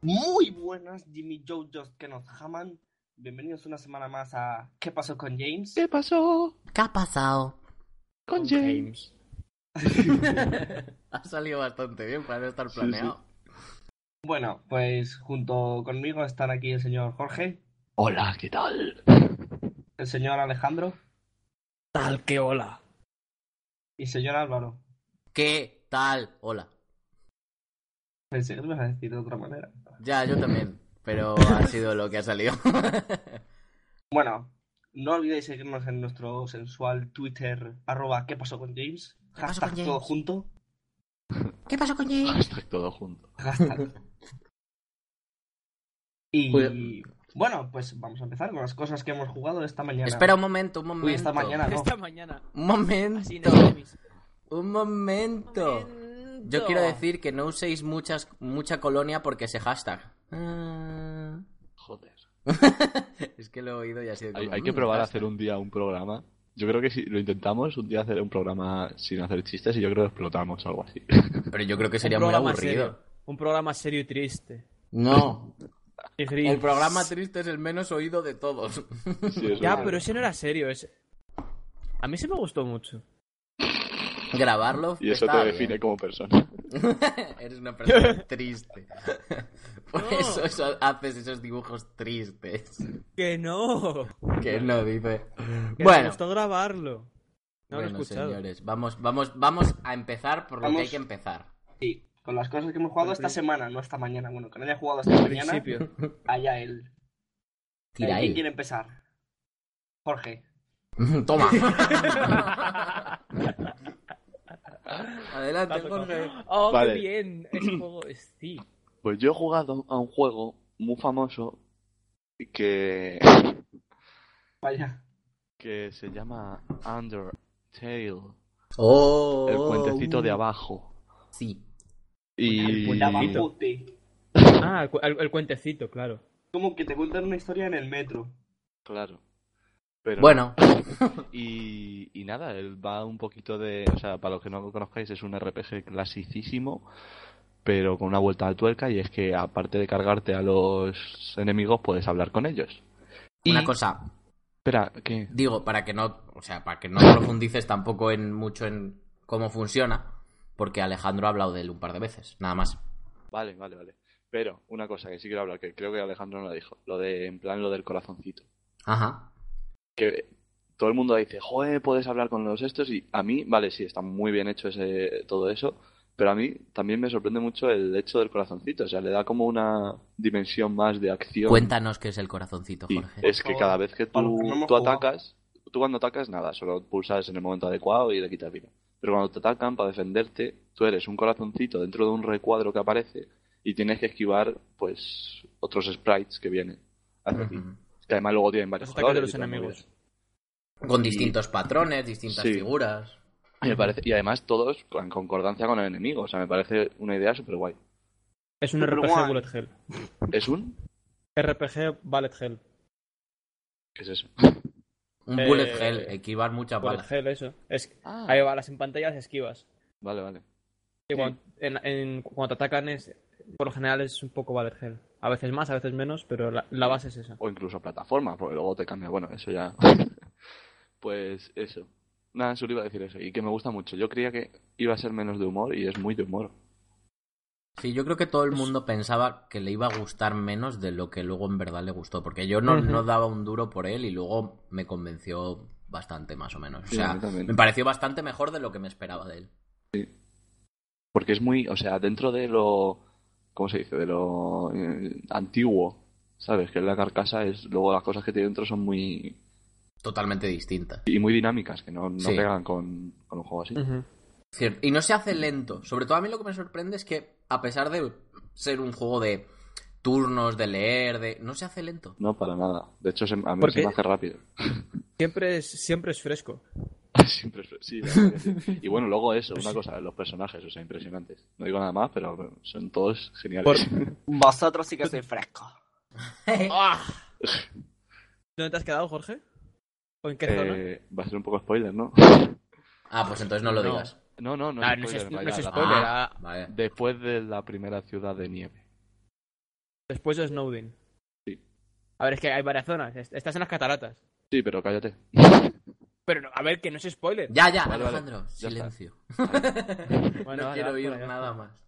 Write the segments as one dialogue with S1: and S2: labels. S1: Muy buenas, Jimmy Joe Just Kenneth Hammond. Bienvenidos una semana más a ¿Qué pasó con James?
S2: ¿Qué pasó
S3: ¿Qué ha pasado?
S2: con
S4: Con
S2: James?
S4: James.
S3: ha salido bastante bien para no estar
S4: Sí,
S3: planeado.
S1: Bueno, pues junto conmigo están aquí el señor Jorge,
S2: Hola, ¿qué tal?
S1: el señor Alejandro
S4: Tal que hola.
S1: y el señor Álvaro.
S3: ¿Qué tal? Hola.
S1: Pensé que lo ibas Pues a decir de otra manera.
S3: Ya, yo también. Pero ha sido lo que ha salido.
S1: Bueno, no olvidéis seguirnos en nuestro sensual Twitter, arroba ¿Qué pasó con James?
S3: ¿Qué pasó con
S1: Hashtag todo
S3: James?
S1: junto.
S3: ¿Qué pasó con James?
S2: Hashtag todo junto.
S1: Hashtag. Y
S3: Cuida-
S1: bueno, pues vamos a empezar con las cosas que hemos jugado esta mañana.
S3: Espera un momento, un momento.
S1: Uy, esta mañana no.
S5: Esta mañana.
S3: Un
S5: Así en
S3: momento.
S5: extremis.
S3: Un momento.
S5: Momento.
S3: Yo quiero decir que no uséis muchas, mucha colonia porque se hashtag. Ah.
S2: Joder.
S3: es que lo he oído y ha sido
S2: Hay,
S3: como,
S2: hay que
S3: "Mm,
S2: probar a
S3: hashtag".
S2: hacer un día un programa. Yo creo que si lo intentamos, un día hacer un programa sin hacer chistes y yo creo que explotamos o algo así.
S3: Pero yo creo que
S5: Un
S3: sería muy
S5: programa
S3: aburrido.
S5: serio. Un programa serio y triste.
S3: No.
S5: Y gris.
S3: El programa triste es el menos oído de todos.
S2: Sí, es
S5: Ya,
S2: verdad.
S5: pero ese no era serio. Ese... A mí se me gustó mucho.
S3: Grabarlo.
S2: Y eso
S3: está
S2: te define
S3: bien.
S2: como persona.
S3: Eres una persona triste. Por
S5: No.
S3: eso, eso haces esos dibujos tristes.
S5: Que no.
S3: Que no dice.
S5: Que me
S3: bueno,
S5: gustó grabarlo. No lo he
S3: bueno
S5: escuchado.
S3: señores, vamos, vamos, vamos a empezar por lo
S1: Vamos.
S3: que hay que empezar.
S1: Sí, con las cosas que hemos jugado
S5: Al
S1: esta
S5: prin-
S1: semana, no esta mañana. Bueno, que no haya jugado esta
S5: Al
S1: mañana,
S5: principio.
S1: allá él. Eh,
S3: Tira
S1: ¿Quién
S3: él.
S1: quiere empezar? Jorge.
S3: Toma. Adelante, Jorge.
S5: Oh,
S2: Vale.
S5: qué bien. Ese juego es sí.
S2: Pues yo he jugado a un juego muy famoso que,
S1: Vaya.
S2: que se llama Undertale.
S3: Oh,
S2: El puentecito de abajo.
S3: Sí.
S2: Y...
S1: Pues ya abajo te-
S5: Ah, el, cu- el- el cuentecito, claro.
S1: Como que te cuentan una historia en el metro.
S2: Claro. Pero-
S3: Bueno,
S2: Y, y nada, él va un poquito de. O sea, para los que no lo conozcáis, es un RPG clasicísimo, pero con una vuelta de tuerca. Y es que, aparte de cargarte a los enemigos, puedes hablar con ellos.
S3: una
S2: Y-
S3: cosa,
S2: Espera, ¿qué?
S3: digo, para que no, o sea, para que no profundices tampoco en mucho en cómo funciona, porque Alejandro ha hablado de él un par de veces, nada más.
S2: Vale, vale, vale. Pero, una cosa que sí quiero hablar, que creo que Alejandro no la dijo. Lo de, en plan, lo del corazoncito.
S3: Ajá.
S2: que todo el mundo dice, joder, puedes hablar con los estos y a mí, vale, sí, está muy bien hecho ese, todo eso, pero a mí también me sorprende mucho el hecho del corazoncito, o sea, le da como una dimensión más de acción.
S3: Cuéntanos qué es el corazoncito,
S2: Y
S3: Jorge.
S2: es
S1: Por
S2: que
S1: favor,
S2: cada vez que
S1: para los
S2: tú,
S1: que no hemos
S2: tú
S1: jugado.
S2: atacas, tú cuando atacas nada, solo pulsas en el momento adecuado y le quitas vida. Pero cuando te atacan para defenderte, tú eres un corazoncito dentro de un recuadro que aparece y tienes que esquivar pues otros sprites que vienen hacia ti.
S3: Ujú.
S2: Que además luego tienen
S5: Los
S2: varios
S5: ataques de
S2: colores
S5: los
S2: y toda la
S5: enemigos.
S2: movida.
S3: Con distintos patrones, distintas
S2: Sí.
S3: figuras.
S2: Me parece, y además todos en concordancia con el enemigo. O sea, me parece una idea súper guay.
S5: Es un
S1: Super
S5: RPG
S1: guay.
S5: Bullet Hell.
S2: ¿Es un?
S5: RPG Bullet Hell.
S2: ¿Qué es eso?
S3: Un
S5: Eh,
S3: bullet hell, esquivar muchas
S5: Bullet
S3: balas.
S5: Hell, eso. Es...
S2: Ah,
S5: Hay balas en pantallas esquivas.
S2: Vale, vale.
S5: Y cuando, en- en- cuando te atacan es, por lo general es un poco Bullet Hell. A veces más, a veces menos, pero la, la base es esa.
S2: O incluso plataformas, porque luego te cambia. Bueno, eso ya. pues eso. Nada, solo iba a decir eso. Y que me gusta mucho. Yo creía que iba a ser menos de humor y es muy de humor.
S3: Sí, yo creo que todo el mundo pensaba que le iba a gustar menos de lo que luego en verdad le gustó, porque yo no,
S5: Ujú.
S3: no daba un duro por él y luego me convenció bastante más o menos. O
S2: Sí, a
S3: sea, em-
S2: mí también.
S3: me pareció bastante mejor de lo que me esperaba de él.
S2: Porque es muy. O sea, dentro de lo. ¿Cómo se dice? De lo eh, antiguo. ¿Sabes? Que en la carcasa es. Luego las cosas que tiene dentro son muy.
S3: Totalmente distinta.
S2: Y muy dinámicas, que no, no
S3: Sí.
S2: pegan con, con un juego así.
S3: Cierto. Y no se hace lento. Sobre todo a mí lo que me sorprende es que, a pesar de ser un juego de turnos, de leer, de... No se hace lento.
S2: No, para nada. De hecho, se- a mí
S5: ¿Por
S2: se
S5: qué?
S2: me hace rápido.
S5: Siempre, es, siempre es fresco.
S2: Siempre es- sí, la verdad que sí. Y bueno, luego eso, una cosa, los personajes, o sea, impresionantes. No digo nada más, pero son todos geniales.
S1: Vosotros sí que sois frescos.
S5: ¡Ah! ¿Dónde te has quedado, Jorge? ¿O en qué zona?
S2: Eh, va a ser un poco spoiler, ¿no?
S3: Ah, pues entonces no lo
S5: No.
S3: digas.
S2: No, no, no,
S5: Ah,
S2: es
S5: no es ah,
S2: spoiler,
S5: es-
S2: en
S5: no es
S2: realidad.
S5: spoiler.
S3: Ah,
S5: ah.
S3: vale.
S2: Después de la primera ciudad de nieve.
S5: Después Snowden.
S2: Sí.
S5: A ver, es que hay varias zonas. Est- Estás en las cataratas.
S2: Sí, pero cállate.
S5: Pero, no- a ver, que no es spoiler.
S3: Ya, ya,
S2: Vale, vale.
S3: Alejandro,
S2: Ya
S3: silencio.
S5: Bueno,
S3: no
S5: ya,
S3: quiero oír
S5: bueno, ya
S3: nada
S5: está.
S3: más.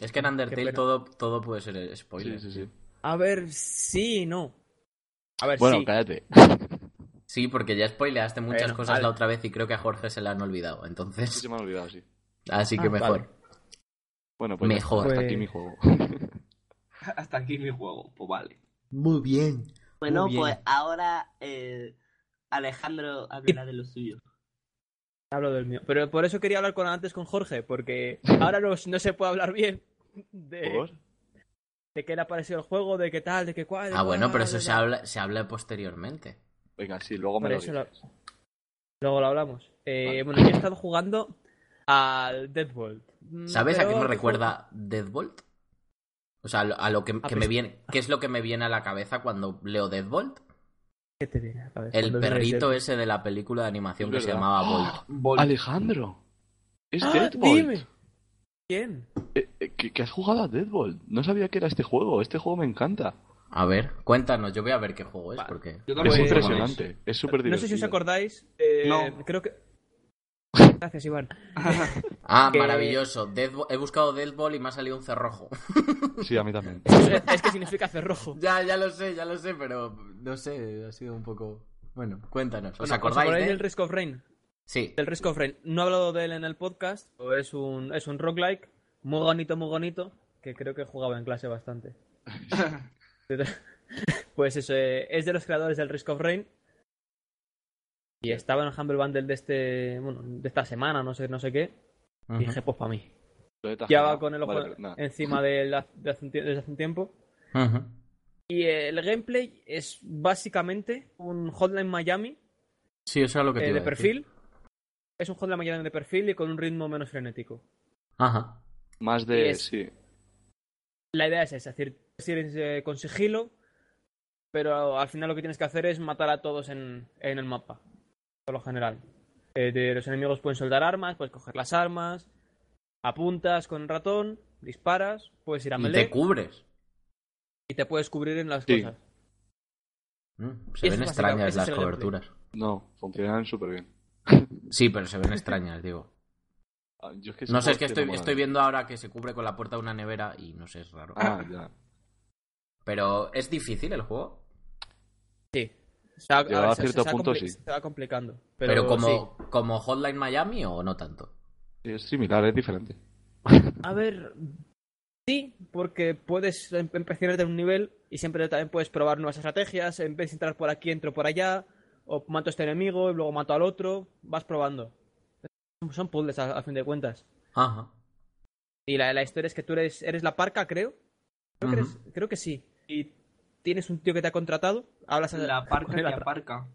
S3: Es que en Undertale
S5: pena.
S3: todo, todo puede ser spoiler.
S2: Sí, sí, sí.
S5: A ver, sí, y no. A ver,
S2: Bueno,
S5: Pues sí.
S2: cállate.
S3: Sí, porque ya spoileaste muchas
S5: Bueno,
S3: cosas
S5: vale.
S3: la otra vez y creo que a Jorge se la han olvidado.
S2: Sí,
S3: Entonces,
S2: se me ha olvidado, sí.
S3: así que
S5: Ah,
S3: mejor.
S5: vale.
S2: Bueno, pues
S3: Mejor.
S2: hasta
S5: Pues-
S2: aquí mi juego.
S1: Hasta aquí mi juego, pues vale.
S3: Muy bien.
S6: Bueno,
S3: Muy bien.
S6: pues ahora eh, Alejandro hablará de lo suyo.
S5: Hablo del mío. Pero por eso quería hablar con antes con Jorge, porque ahora no, no se puede hablar bien de,
S2: ¿Por?
S5: de qué le ha parecido el juego, de qué tal, de qué cuál. de
S3: Ah, bueno,
S5: cuál,
S3: pero eso
S5: de
S3: se
S5: tal.
S3: habla, se habla posteriormente.
S2: Venga, sí, luego me
S5: Por
S2: lo
S5: eso
S2: dices.
S5: Luego lo hablamos. Eh,
S2: Vale.
S5: Bueno, yo he estado jugando al Death World. Mm,
S3: ¿Sabes a
S5: pero
S3: qué me
S5: el
S3: recuerda Death Bolt? O sea, a lo, a lo que,
S5: Ah,
S3: que
S5: pues-
S3: me viene, ¿qué es lo que me viene a la cabeza cuando leo Death Bolt?
S5: juego- ¿Qué te viene? A ver,
S3: El
S5: cuando viene
S3: perrito
S5: Death-
S3: ese de la película de animación
S2: Es
S3: que se
S2: verdad.
S3: llamaba Bolt.
S1: Vol-
S2: Alejandro, es
S5: ¡Ah,
S2: Deadbolt.
S5: dime! ¿Quién?
S2: Eh, eh, ¿Que, que has jugado a Deadbolt? No sabía que era este juego. Este juego me encanta.
S3: A ver, cuéntanos, yo voy a ver qué juego es, porque...
S1: Yo
S2: es
S1: también
S5: Pues-
S1: sé cuál
S2: impresionante. Es súper
S5: No
S2: divertido.
S5: sé si os acordáis. eh,
S1: No.
S5: Creo que. Gracias, Iván.
S3: Ah,
S5: que-
S3: maravilloso. Death Bo- He buscado Death Bolt y me ha salido un cerrojo.
S2: Sí, a mí también.
S5: es que significa cerrojo.
S3: ya, ya lo sé, ya lo sé, pero no sé, ha sido un poco... Bueno, cuéntanos. ¿Os
S5: Bueno,
S3: acordáis de...?
S5: del Risk of Rain?
S3: Sí.
S5: Del Risk of Rain. No he hablado de él en el podcast, pero es un, es un roguelike muy bonito, muy bonito, que creo que jugaba en clase bastante. Pues eso, eh, es de los creadores del Risk of Rain. Y estaba en el Humble Bundle de este. Bueno, de esta semana, no sé, no sé qué.
S3: Ujú.
S5: Y dije, pues para mí.
S2: Lo he tajado.
S5: Ya va con el ojo
S2: Vale, pero nada.
S5: encima de, la- de hace un tie- desde hace un tiempo.
S3: Ujú.
S5: Y eh, el gameplay es básicamente un Hotline Miami
S3: Sí, eso es lo que te
S5: eh,
S3: iba
S5: de
S3: a decir.
S5: perfil. Es un Hotline Miami de perfil y con un ritmo menos frenético.
S3: Ajá.
S2: Más de...
S5: Es-
S2: Sí.
S5: La idea es esa, es decir, si eres eh, con sigilo, pero al final lo que tienes que hacer es matar a todos en, en el mapa, por lo general. Eh, de- los enemigos pueden soldar armas, puedes coger las armas, apuntas con el ratón, disparas, puedes ir a
S3: Y
S5: melee y
S3: te
S5: te,
S3: cubres.
S5: puedes cubrir en las
S2: Sí.
S5: cosas.
S3: Mm, Se
S5: Y eso
S3: ven
S5: es básicamente-
S3: extrañas
S5: ese
S3: las
S5: es el gameplay.
S3: coberturas.
S2: No, funcionan súper bien.
S3: Sí, pero se ven extrañas, digo.
S2: Ah, Yo es que ese
S3: No sé,
S2: juego
S3: es que estoy,
S2: no mola
S3: estoy
S2: nada.
S3: viendo ahora que se cubre con la puerta de una nevera y no sé, es raro.
S2: Ah, ya.
S3: Pero es difícil el juego.
S5: Se va- a
S2: Llegado a
S5: se-
S2: cierto
S5: se va
S2: punto,
S5: compli-
S2: sí.
S5: se va complicando. Pero,
S3: Pero, como,
S5: sí.
S3: como Hotline Miami o no tanto.
S2: Sí, Es similar, es diferente.
S5: A ver, sí, porque puedes em- empezar de un nivel y siempre también puedes probar nuevas estrategias. En vez de entrar por aquí, entro por allá. O mato a este enemigo y luego mato al otro. Vas probando. Son puzzles a, a fin de cuentas.
S3: Ajá.
S5: Y la, la historia es que tú eres, eres la parca, creo. Creo, que
S3: Ujú.
S5: eres- creo que sí. Y tienes un tío que te ha contratado. Hablas a
S1: La parca
S5: con él
S1: que
S5: a-
S1: aparca.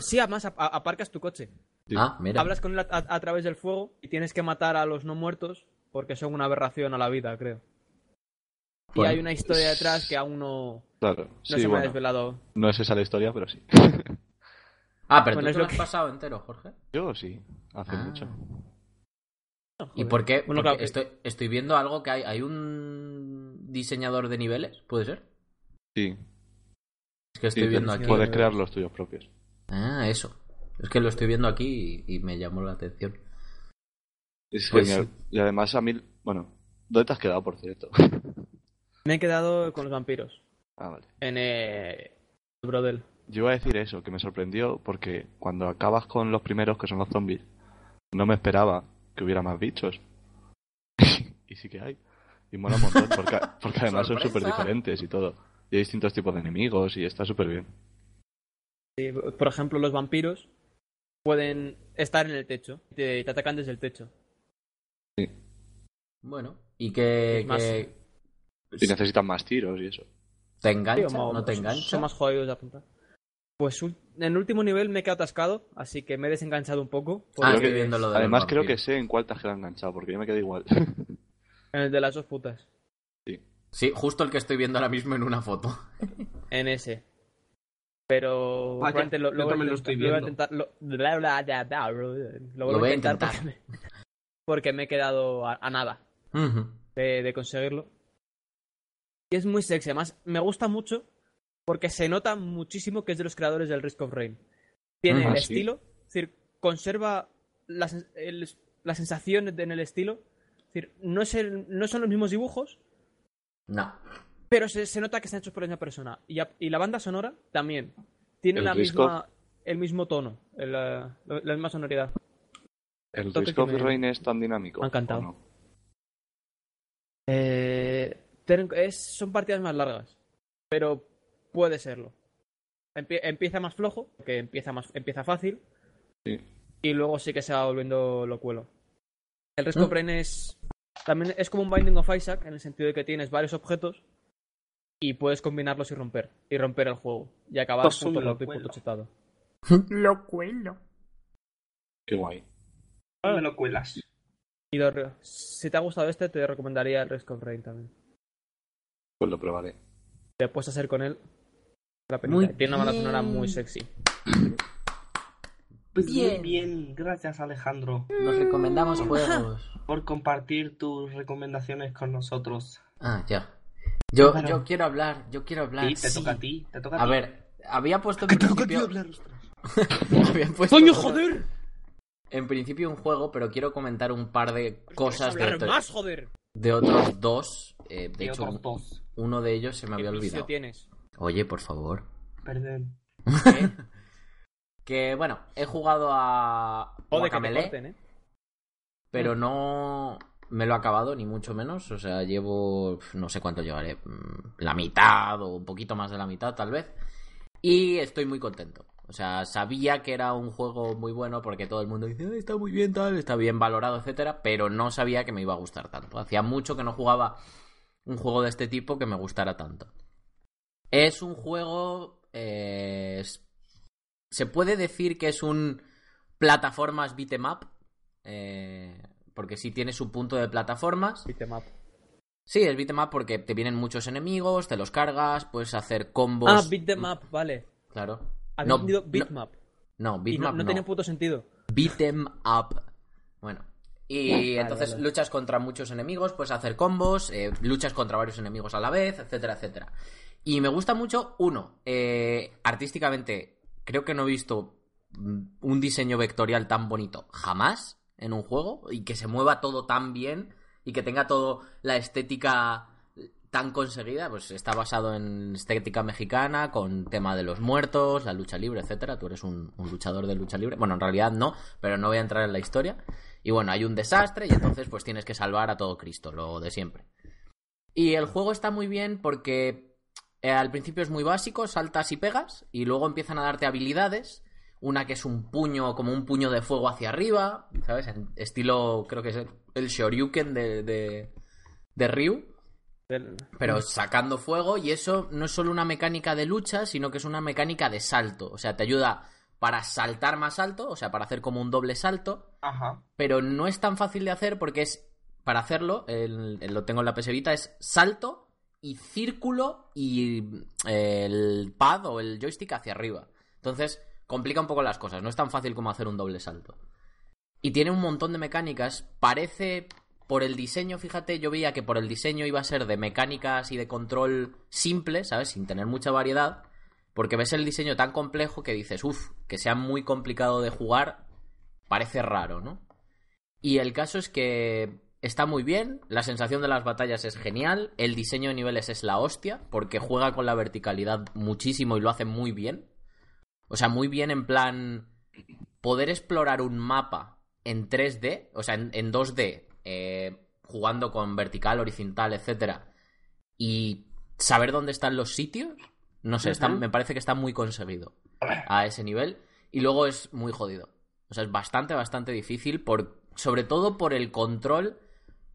S5: Sí, además ap- a- aparcas tu coche.
S2: Sí.
S3: Ah, mira.
S5: Hablas con él a, a- a través del fuego y tienes que matar a los no muertos porque son una aberración a la vida, creo.
S3: Bueno.
S5: Y hay una historia detrás que aún no, no
S2: Claro.
S5: se
S2: sí,
S5: me ha
S2: bueno.
S5: desvelado.
S2: No es esa la historia, pero sí.
S3: Ah, pero tú
S5: Bueno, es
S3: te
S5: lo
S3: lo has
S5: que-
S3: pasado entero, Jorge.
S2: Yo sí, hace
S3: Ah.
S2: mucho.
S3: ¿Y por qué?
S5: Bueno,
S3: Porque
S5: claro que-
S3: estoy, estoy viendo algo que hay, hay un diseñador de niveles, ¿puede ser?
S2: Sí,
S3: Es que
S2: sí,
S3: estoy viendo aquí.
S2: puedes crear los tuyos propios.
S3: Ah, eso. Es que lo estoy viendo aquí y, y me llamó la atención.
S2: Es
S3: Pues
S2: genial. Y además a mí... Bueno, ¿dónde te has quedado, por cierto?
S5: Me he quedado con los vampiros.
S2: Ah, vale.
S5: En eh, el Brodel.
S2: Yo iba a decir eso, que me sorprendió porque cuando acabas con los primeros, que son los zombies, no me esperaba que hubiera más bichos. y sí que hay. Y mola un montón, porque, porque además son
S3: ¡Sorpresa!
S2: súper diferentes y todo. Y hay distintos tipos de enemigos y está súper bien.
S5: Sí, por ejemplo, los vampiros pueden estar en el techo. Te, te atacan desde el techo.
S3: Bueno, y que,
S5: Es más-
S3: que
S2: Y necesitan más tiros y eso.
S3: te engancha,
S5: Sí, o
S3: no te
S5: son-
S3: engancha. Ah,
S5: Son más jodidos de apuntar. Pues ul- en el último nivel me he quedado atascado, así que me he desenganchado un poco.
S3: Ah,
S5: porque-
S3: estoy viendo lo de los
S2: Además creo que
S3: vampiros.
S2: sé en cuál te has quedado enganchado, porque yo me quedé igual.
S5: En el de las dos putas.
S3: Sí, justo el que estoy viendo ahora mismo en una foto.
S5: En ese. Pero
S1: Vaya,
S5: probablemente
S1: yo
S5: voy a
S1: también lo estoy
S5: intentar- voy a
S1: viendo.
S5: intentar- lo- bla, bla, bla, bla, bla, lo
S3: Lo
S5: voy a intentar
S3: intentar.
S5: porque me, porque me he quedado a, a nada
S3: Ujú.
S5: de, de conseguirlo. Y es muy sexy. Además, me gusta mucho porque se nota muchísimo que es de los creadores del Risk of Rain. Tiene
S2: Ah,
S5: el
S2: sí.
S5: estilo, es decir, conserva las, el- las sensaciones en el estilo. Es decir, no, es el- no son los mismos dibujos,
S3: No.
S5: pero se, se nota que están hechos por la misma persona. Y, a- y la banda sonora también. Tiene
S2: ¿El
S5: la
S2: Risk
S5: misma, el mismo tono, el, eh, la, la misma sonoridad.
S2: ¿El
S5: Toque
S2: Risk
S5: que
S2: of
S5: me-
S2: Rain es tan dinámico?
S5: Me ha encantado.
S2: ¿o no?
S5: Eh, ten- es- son partidas más largas, pero puede serlo. Empie- empieza más flojo, que empieza, más, empieza fácil,
S2: Sí.
S5: y luego sí que se va volviendo locuelo. El Risk
S3: Mm.
S5: of Rain es, también es como un Binding of Isaac, en el sentido de que tienes varios objetos y puedes combinarlos y romper, y romper el juego, y acabar
S1: Pues un
S5: punto roto y
S1: locuelo.
S5: punto chetado.
S3: Lo cuelo.
S2: Qué guay.
S1: Me lo cuelas.
S5: Y lo re- si te ha gustado este, te recomendaría el Risk of Rain también.
S2: Pues lo probaré.
S5: Te puedes hacer con él la
S3: Muy
S5: penita. Tiene una banda sonora
S3: bien.
S5: muy sexy.
S1: Pues muy
S3: Bien.
S1: bien, gracias Alejandro
S3: Nos recomendamos juegos.
S1: por compartir tus recomendaciones con nosotros.
S3: Ah, ya. Yo,
S1: Claro.
S3: yo quiero hablar, yo quiero hablar.
S1: Sí, te
S3: sí.
S1: toca a ti, te toca a,
S3: A
S1: ti.
S3: ver, había puesto en principio. había puesto
S5: ¡Coño,
S3: cosas-
S5: joder!
S3: En principio un juego, pero quiero comentar un par de cosas de,
S5: hablar
S3: otro-
S5: más, joder!
S3: de otros dos. Eh, de
S1: Y
S3: hecho,
S1: otros dos.
S3: uno de ellos se me
S5: ¿Qué
S3: había
S5: vicio
S3: olvidado.
S5: tienes?
S3: Oye, por favor.
S1: Perdón.
S3: Que bueno, he jugado a
S5: Joder, que te
S3: Guacamelee,
S5: corten, Mm. ¿eh?
S3: pero no me lo he acabado, ni mucho menos. O sea, llevo pf, no sé cuánto llevaré, mm, la mitad o un poquito más de la mitad, tal vez. Y estoy muy contento. O sea, sabía que era un juego muy bueno porque todo el mundo dice, "Ay, está muy bien, tal, está bien valorado, etcétera, pero no sabía que me iba a gustar tanto. Hacía mucho que no jugaba un juego de este tipo que me gustara tanto. Es un juego. eh, es- se puede decir que es un plataformas beatemap. porque sí tiene su punto de plataformas.
S5: Bitmap.
S3: Sí, es beatemap porque te vienen muchos enemigos, te los cargas, puedes hacer combos.
S5: Ah, Bitmap, vale.
S3: Claro.
S5: Había
S3: Pues, No,
S5: entendido
S3: no-
S5: Bitmap.
S3: No,
S5: Y no,
S3: beatmap
S5: no
S3: no.
S5: tenía puto sentido.
S3: Beat 'em up. Bueno. Y entonces
S5: vale.
S3: luchas contra muchos enemigos, puedes hacer combos, eh, luchas contra varios enemigos a la vez, etcétera, etcétera. Y me gusta mucho, uno, eh, artísticamente, creo que no he visto mm, un diseño vectorial tan bonito jamás en un juego y que se mueva todo tan bien y que tenga todo la estética tan conseguida, pues está basado en estética mexicana, con tema de los muertos, la lucha libre, etcétera. Tú eres un, un luchador de lucha libre. Bueno, en realidad no, pero no voy a entrar en la historia. Y bueno, hay un desastre y entonces pues tienes que salvar a todo Cristo, lo de siempre. Y el juego está muy bien porque eh, al principio es muy básico, saltas y pegas, y luego empiezan a darte habilidades. Una que es un puño, como un puño de fuego hacia arriba, ¿sabes? En estilo, creo que es el, el Shoryuken de, de, de Ryu
S5: Del-
S3: pero sacando fuego y eso no es solo una mecánica de lucha, sino que es una mecánica de salto, o sea, te ayuda para saltar más alto, o sea, para hacer como un doble salto,
S1: Ajá.
S3: pero no es tan fácil de hacer porque es para hacerlo, el- el- lo tengo en la PS Vita, es salto y círculo y el pad o el joystick hacia arriba. Entonces, complica un poco las cosas, no es tan fácil como hacer un doble salto. Y tiene un montón de mecánicas, parece por el diseño, fíjate, yo veía que por el diseño iba a ser de mecánicas y de control simple, ¿sabes? Sin tener mucha variedad, porque ves el diseño tan complejo que dices, uff, que sea muy complicado de jugar, parece raro, ¿no? Y el caso es que está muy bien, la sensación de las batallas es genial, el diseño de niveles es la hostia, porque juega con la verticalidad muchísimo y lo hace muy bien. O sea, muy bien en plan poder explorar un mapa en 3D, o sea, en, en 2D, eh, jugando con vertical, horizontal, etcétera, y saber dónde están los sitios, no sé, está-
S1: Ujú.
S3: me parece que está muy conseguido a ese nivel. Y luego es muy jodido. O sea, es bastante, bastante difícil, por, sobre todo por el control,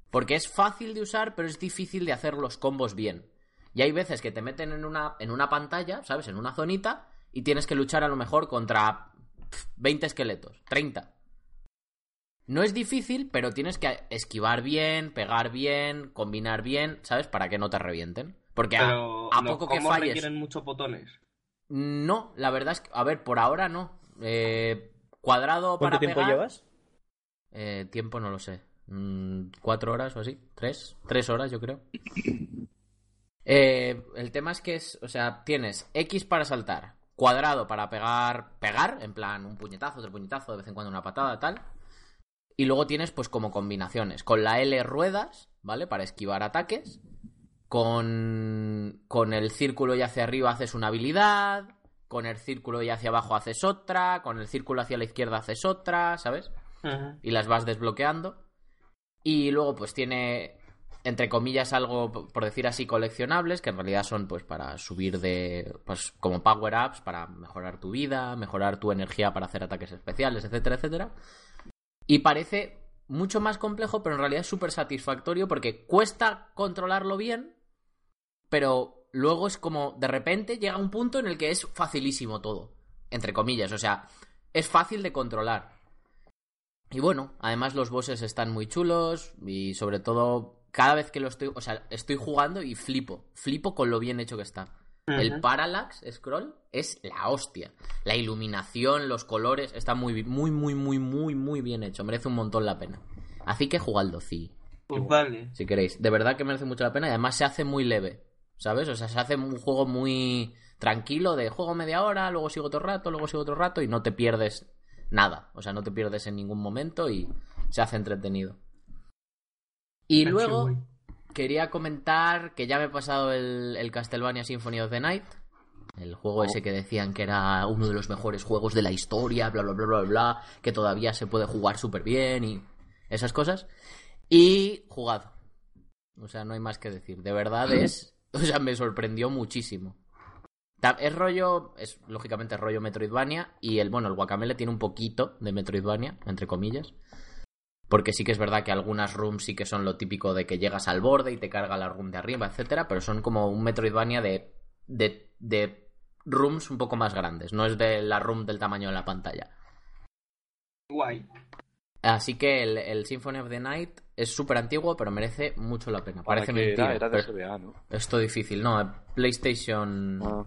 S3: porque es fácil de usar, pero es difícil de hacer los combos bien. Y hay veces que te meten en una, en una pantalla, ¿sabes? En una zonita, y tienes que luchar a lo mejor contra pf, 20 esqueletos, 30. No es difícil, pero tienes que esquivar bien, pegar bien, combinar bien, ¿sabes? Para que no te revienten. Porque a-
S1: Pero
S3: a,
S1: los
S3: poco que
S1: combos
S3: falles.
S1: requieren muchos botones.
S3: No, la verdad es que, a ver, por ahora no. Eh, cuadrado para
S5: ¿Cuánto tiempo
S3: pegar.
S5: llevas?
S3: Eh, tiempo no lo sé. Mm, cuatro horas o así. Tres. Tres horas, yo creo. Eh, el tema es que es, o sea, tienes X para saltar, cuadrado para pegar, pegar, en plan un puñetazo, otro puñetazo, de vez en cuando una patada, tal. Y luego tienes pues como combinaciones, con la L ruedas, ¿vale? Para esquivar ataques. Con, con el círculo y hacia arriba haces una habilidad, con el círculo y hacia abajo haces otra, con el círculo hacia la izquierda haces otra, ¿sabes?
S1: Ajá.
S3: y las vas desbloqueando. Y luego, pues tiene, entre comillas, algo, p- por decir así, coleccionables, que en realidad son, pues, para subir de, pues, como power-ups, para mejorar tu vida, mejorar tu energía para hacer ataques especiales, etcétera, etcétera. Y parece mucho más complejo, pero en realidad es súper satisfactorio porque cuesta controlarlo bien, pero luego es como, de repente, llega un punto en el que es facilísimo todo, entre comillas, o sea, es fácil de controlar. Y bueno, además los bosses están muy chulos y sobre todo cada vez que lo estoy, o sea, estoy jugando y flipo, flipo con lo bien hecho que está. El parallax scroll es la hostia. La iluminación, los colores, está muy, bi- muy, muy, muy, muy, muy bien hecho. Merece un montón la pena. Así que jugadlo, sí,
S1: Pues vale.
S3: si queréis. De verdad que merece mucho la pena y además se hace muy leve, ¿sabes? O sea, se hace un juego muy tranquilo de juego media hora, luego sigo otro rato, luego sigo otro rato y no te pierdes nada. O sea, no te pierdes en ningún momento y se hace entretenido. Y
S1: Ah,
S3: luego
S1: chihui.
S3: quería comentar que ya me he pasado el, el Castlevania Symphony of the Night. El juego ese que decían que era uno de los mejores juegos de la historia, bla, bla, bla, bla, bla, que todavía se puede jugar súper bien y esas cosas. Y jugado. O sea, no hay más que decir. De verdad es... O sea, me sorprendió muchísimo. Ta- Es rollo... Es lógicamente rollo Metroidvania y el, bueno, el guacamele tiene un poquito de Metroidvania, entre comillas. Porque sí que es verdad que algunas rooms sí que son lo típico de que llegas al borde y te carga la room de arriba, etcétera, pero son como un Metroidvania de, de, de rooms un poco más grandes, no es de la room del tamaño de la pantalla.
S1: Guay.
S3: Así que el, el Symphony of the Night es súper antiguo, pero merece mucho la pena.
S2: ¿Para
S3: Parece
S2: qué
S3: mentira,
S2: Era, era de
S3: pero
S2: SBA, ¿no?
S3: esto difícil, no, PlayStation,
S2: Ah,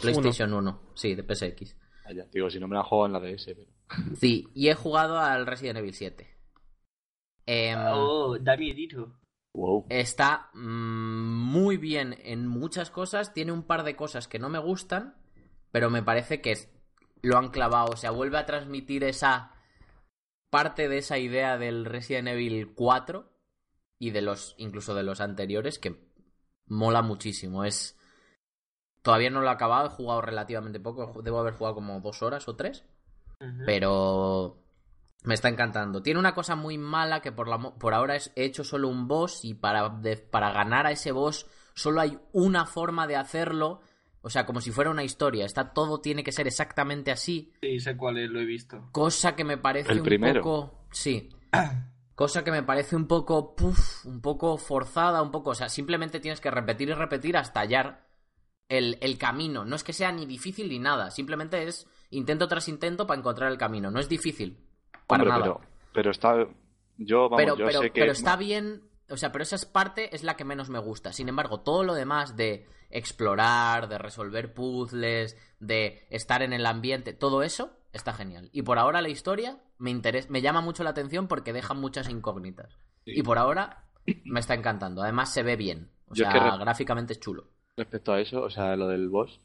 S3: PlayStation 1, sí, de PSX.
S2: vaya, Ah, digo, si no me la juego en la DS, pero...
S3: Sí, y he jugado al Resident Evil 7. Em,
S2: Ah,
S1: Oh, da miedito.
S2: Wow.
S3: Está mm, muy bien en muchas cosas. Tiene un par de cosas que no me gustan, pero me parece que es- lo han clavado. O sea, vuelve a transmitir esa parte de esa idea del Resident Evil 4 y de los incluso de los anteriores que mola muchísimo. Es todavía no lo he acabado. He jugado relativamente poco. Debo haber jugado como dos horas o tres
S1: Ujú.
S3: pero me está encantando. Tiene una cosa muy mala que por, la, mo- por ahora es, he hecho solo un boss y para, de- para ganar a ese boss solo hay una forma de hacerlo. O sea, como si fuera una historia. Está todo tiene que ser exactamente así.
S1: Sí, sé cuál es, lo he visto.
S3: Cosa que me parece
S2: El
S3: un
S2: primero.
S3: poco. Sí. Cosa que me parece un poco. Puf, un poco forzada, un poco. O sea, simplemente tienes que repetir y repetir hasta hallar el, el camino. No es que sea ni difícil ni nada. Simplemente es intento tras intento para encontrar el camino. No es difícil. Para
S2: Hombre,
S3: nada.
S2: pero, pero está... Yo, vamos,
S3: pero,
S2: yo
S3: pero,
S2: sé que...
S3: pero está bien. O sea, pero esa es parte es la que menos me gusta. Sin embargo, todo lo demás de explorar, de resolver puzzles, de estar en el ambiente, todo eso está genial. Y por ahora la historia me interesa, me llama mucho la atención porque deja muchas incógnitas.
S2: Sí.
S3: Y por ahora me está encantando. Además se ve bien. O
S2: Yo
S3: sea,
S2: es que re-
S3: gráficamente es chulo.
S2: Respecto a eso, o sea, lo del boss,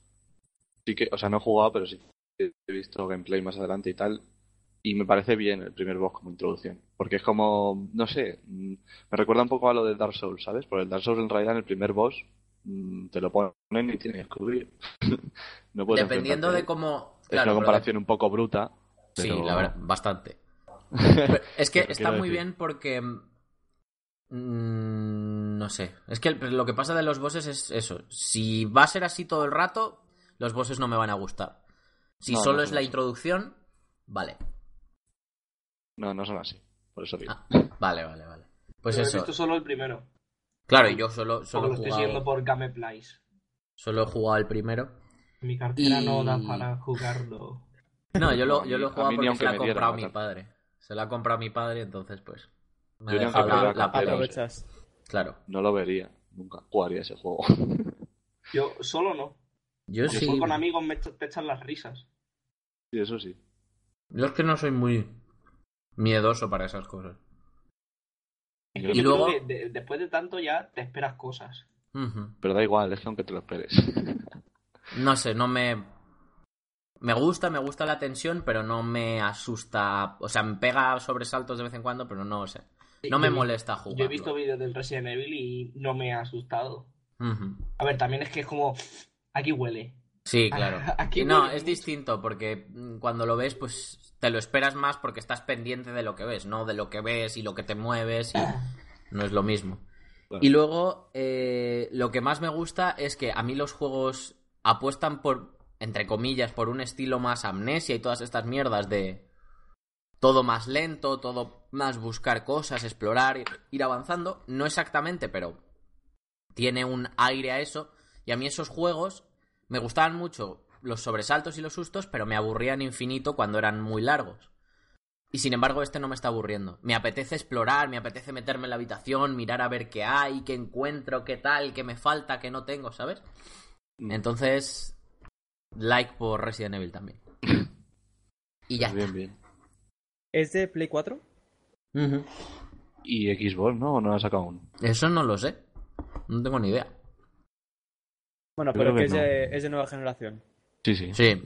S2: sí que, o sea, no he jugado, pero sí he visto gameplay más adelante y tal, y me parece bien el primer boss como introducción, porque es como, no sé, mm, me recuerda un poco a lo de Dark Souls, ¿sabes? Porque el Dark Souls en realidad en el primer boss mm, te lo ponen y tienes que cubrir. no puedes enfrentarte
S3: Dependiendo
S2: a
S3: de
S2: él.
S3: cómo.
S2: Es una
S3: claro, pero-
S2: comparación un poco bruta.
S3: Sí,
S2: pero-
S3: la verdad, bastante. Pero es que
S2: Pero
S3: está
S2: quiero
S3: muy
S2: decir-
S3: bien porque. mm, No sé. Es que el- lo que pasa de los bosses es eso. Si va a ser así todo el rato, los bosses no me van a gustar. Si
S2: No, no
S3: solo
S2: son
S3: es la
S2: así.
S3: introducción, vale.
S2: No, no son así, por eso digo.
S3: Ah, vale, vale, vale. Pues
S1: Yo he
S3: eso.
S1: visto solo el primero.
S3: Claro, y yo solo,
S1: Porque lo
S3: solo, he
S1: estoy
S3: jugado,
S1: siguiendo por Game Plays.
S3: solo he jugado el primero.
S1: Mi cartera
S3: Y-
S1: no da para jugarlo.
S3: No, yo lo,
S2: No,
S3: yo lo
S2: a mí- a
S3: he jugado
S2: mí ni
S3: porque se
S2: aunque
S3: la
S2: me
S3: ha
S2: diera,
S3: comprado
S2: o
S3: mi
S2: sea.
S3: padre. Se la ha comprado mi padre, entonces pues. Me
S2: Yo
S3: ha
S2: ni aunque
S3: dejado
S2: me
S3: la,
S2: diera Pero-
S3: la Play.
S5: Aprovechas.
S3: Claro.
S2: No lo vería, nunca jugaría ese juego.
S1: Yo solo no.
S3: Yo
S1: Porque
S3: sí.
S1: solo con amigos me echa- te echan las risas.
S2: Sí, eso sí.
S3: Yo es que no soy muy miedoso para esas cosas.
S2: Yo
S1: Yo
S3: Y
S1: creo
S3: luego-
S1: que de- después de tanto ya te esperas cosas.
S3: Ujú.
S2: Pero da igual, es que aunque te lo esperes.
S3: No sé, no me. Me gusta, me gusta la tensión, pero no me asusta. O sea, me pega sobresaltos de vez en cuando, pero no, o sea, no me
S1: Yo-
S3: molesta jugar.
S1: Yo he visto vídeos del Resident Evil y no me ha asustado.
S3: Ujú.
S1: A ver, también es que es como. Aquí huele.
S3: Sí, claro.
S1: Aquí
S3: Y no,
S1: huele
S3: es
S1: mucho.
S3: distinto porque mm, cuando lo ves, pues te lo esperas más porque estás pendiente de lo que ves, no de lo que ves y lo que te mueves y no es lo mismo.
S2: Claro.
S3: Y luego, eh, lo que más me gusta es que a mí los juegos apuestan por, entre comillas, por un estilo más amnesia y todas estas mierdas de todo más lento, todo más buscar cosas, explorar, ir avanzando. No exactamente, pero tiene un aire a eso. Y a mí esos juegos me gustaban mucho los sobresaltos y los sustos, pero me aburrían infinito cuando eran muy largos. Y sin embargo, este no me está aburriendo. Me apetece explorar, me apetece meterme en la habitación, mirar a ver qué hay, qué encuentro, qué tal, qué me falta, qué no tengo, ¿sabes? Entonces, like por Resident Evil también. Y ya.
S2: Bien, bien.
S5: ¿Es de Play 4?
S3: Ujú.
S2: ¿Y Xbox, no? ¿O no la ha sacado uno?
S3: Eso no lo sé. No tengo ni idea.
S5: Bueno,
S2: Yo creo
S5: pero que
S2: que
S5: es, de, es de nueva generación.
S2: Sí, sí.
S3: Sí.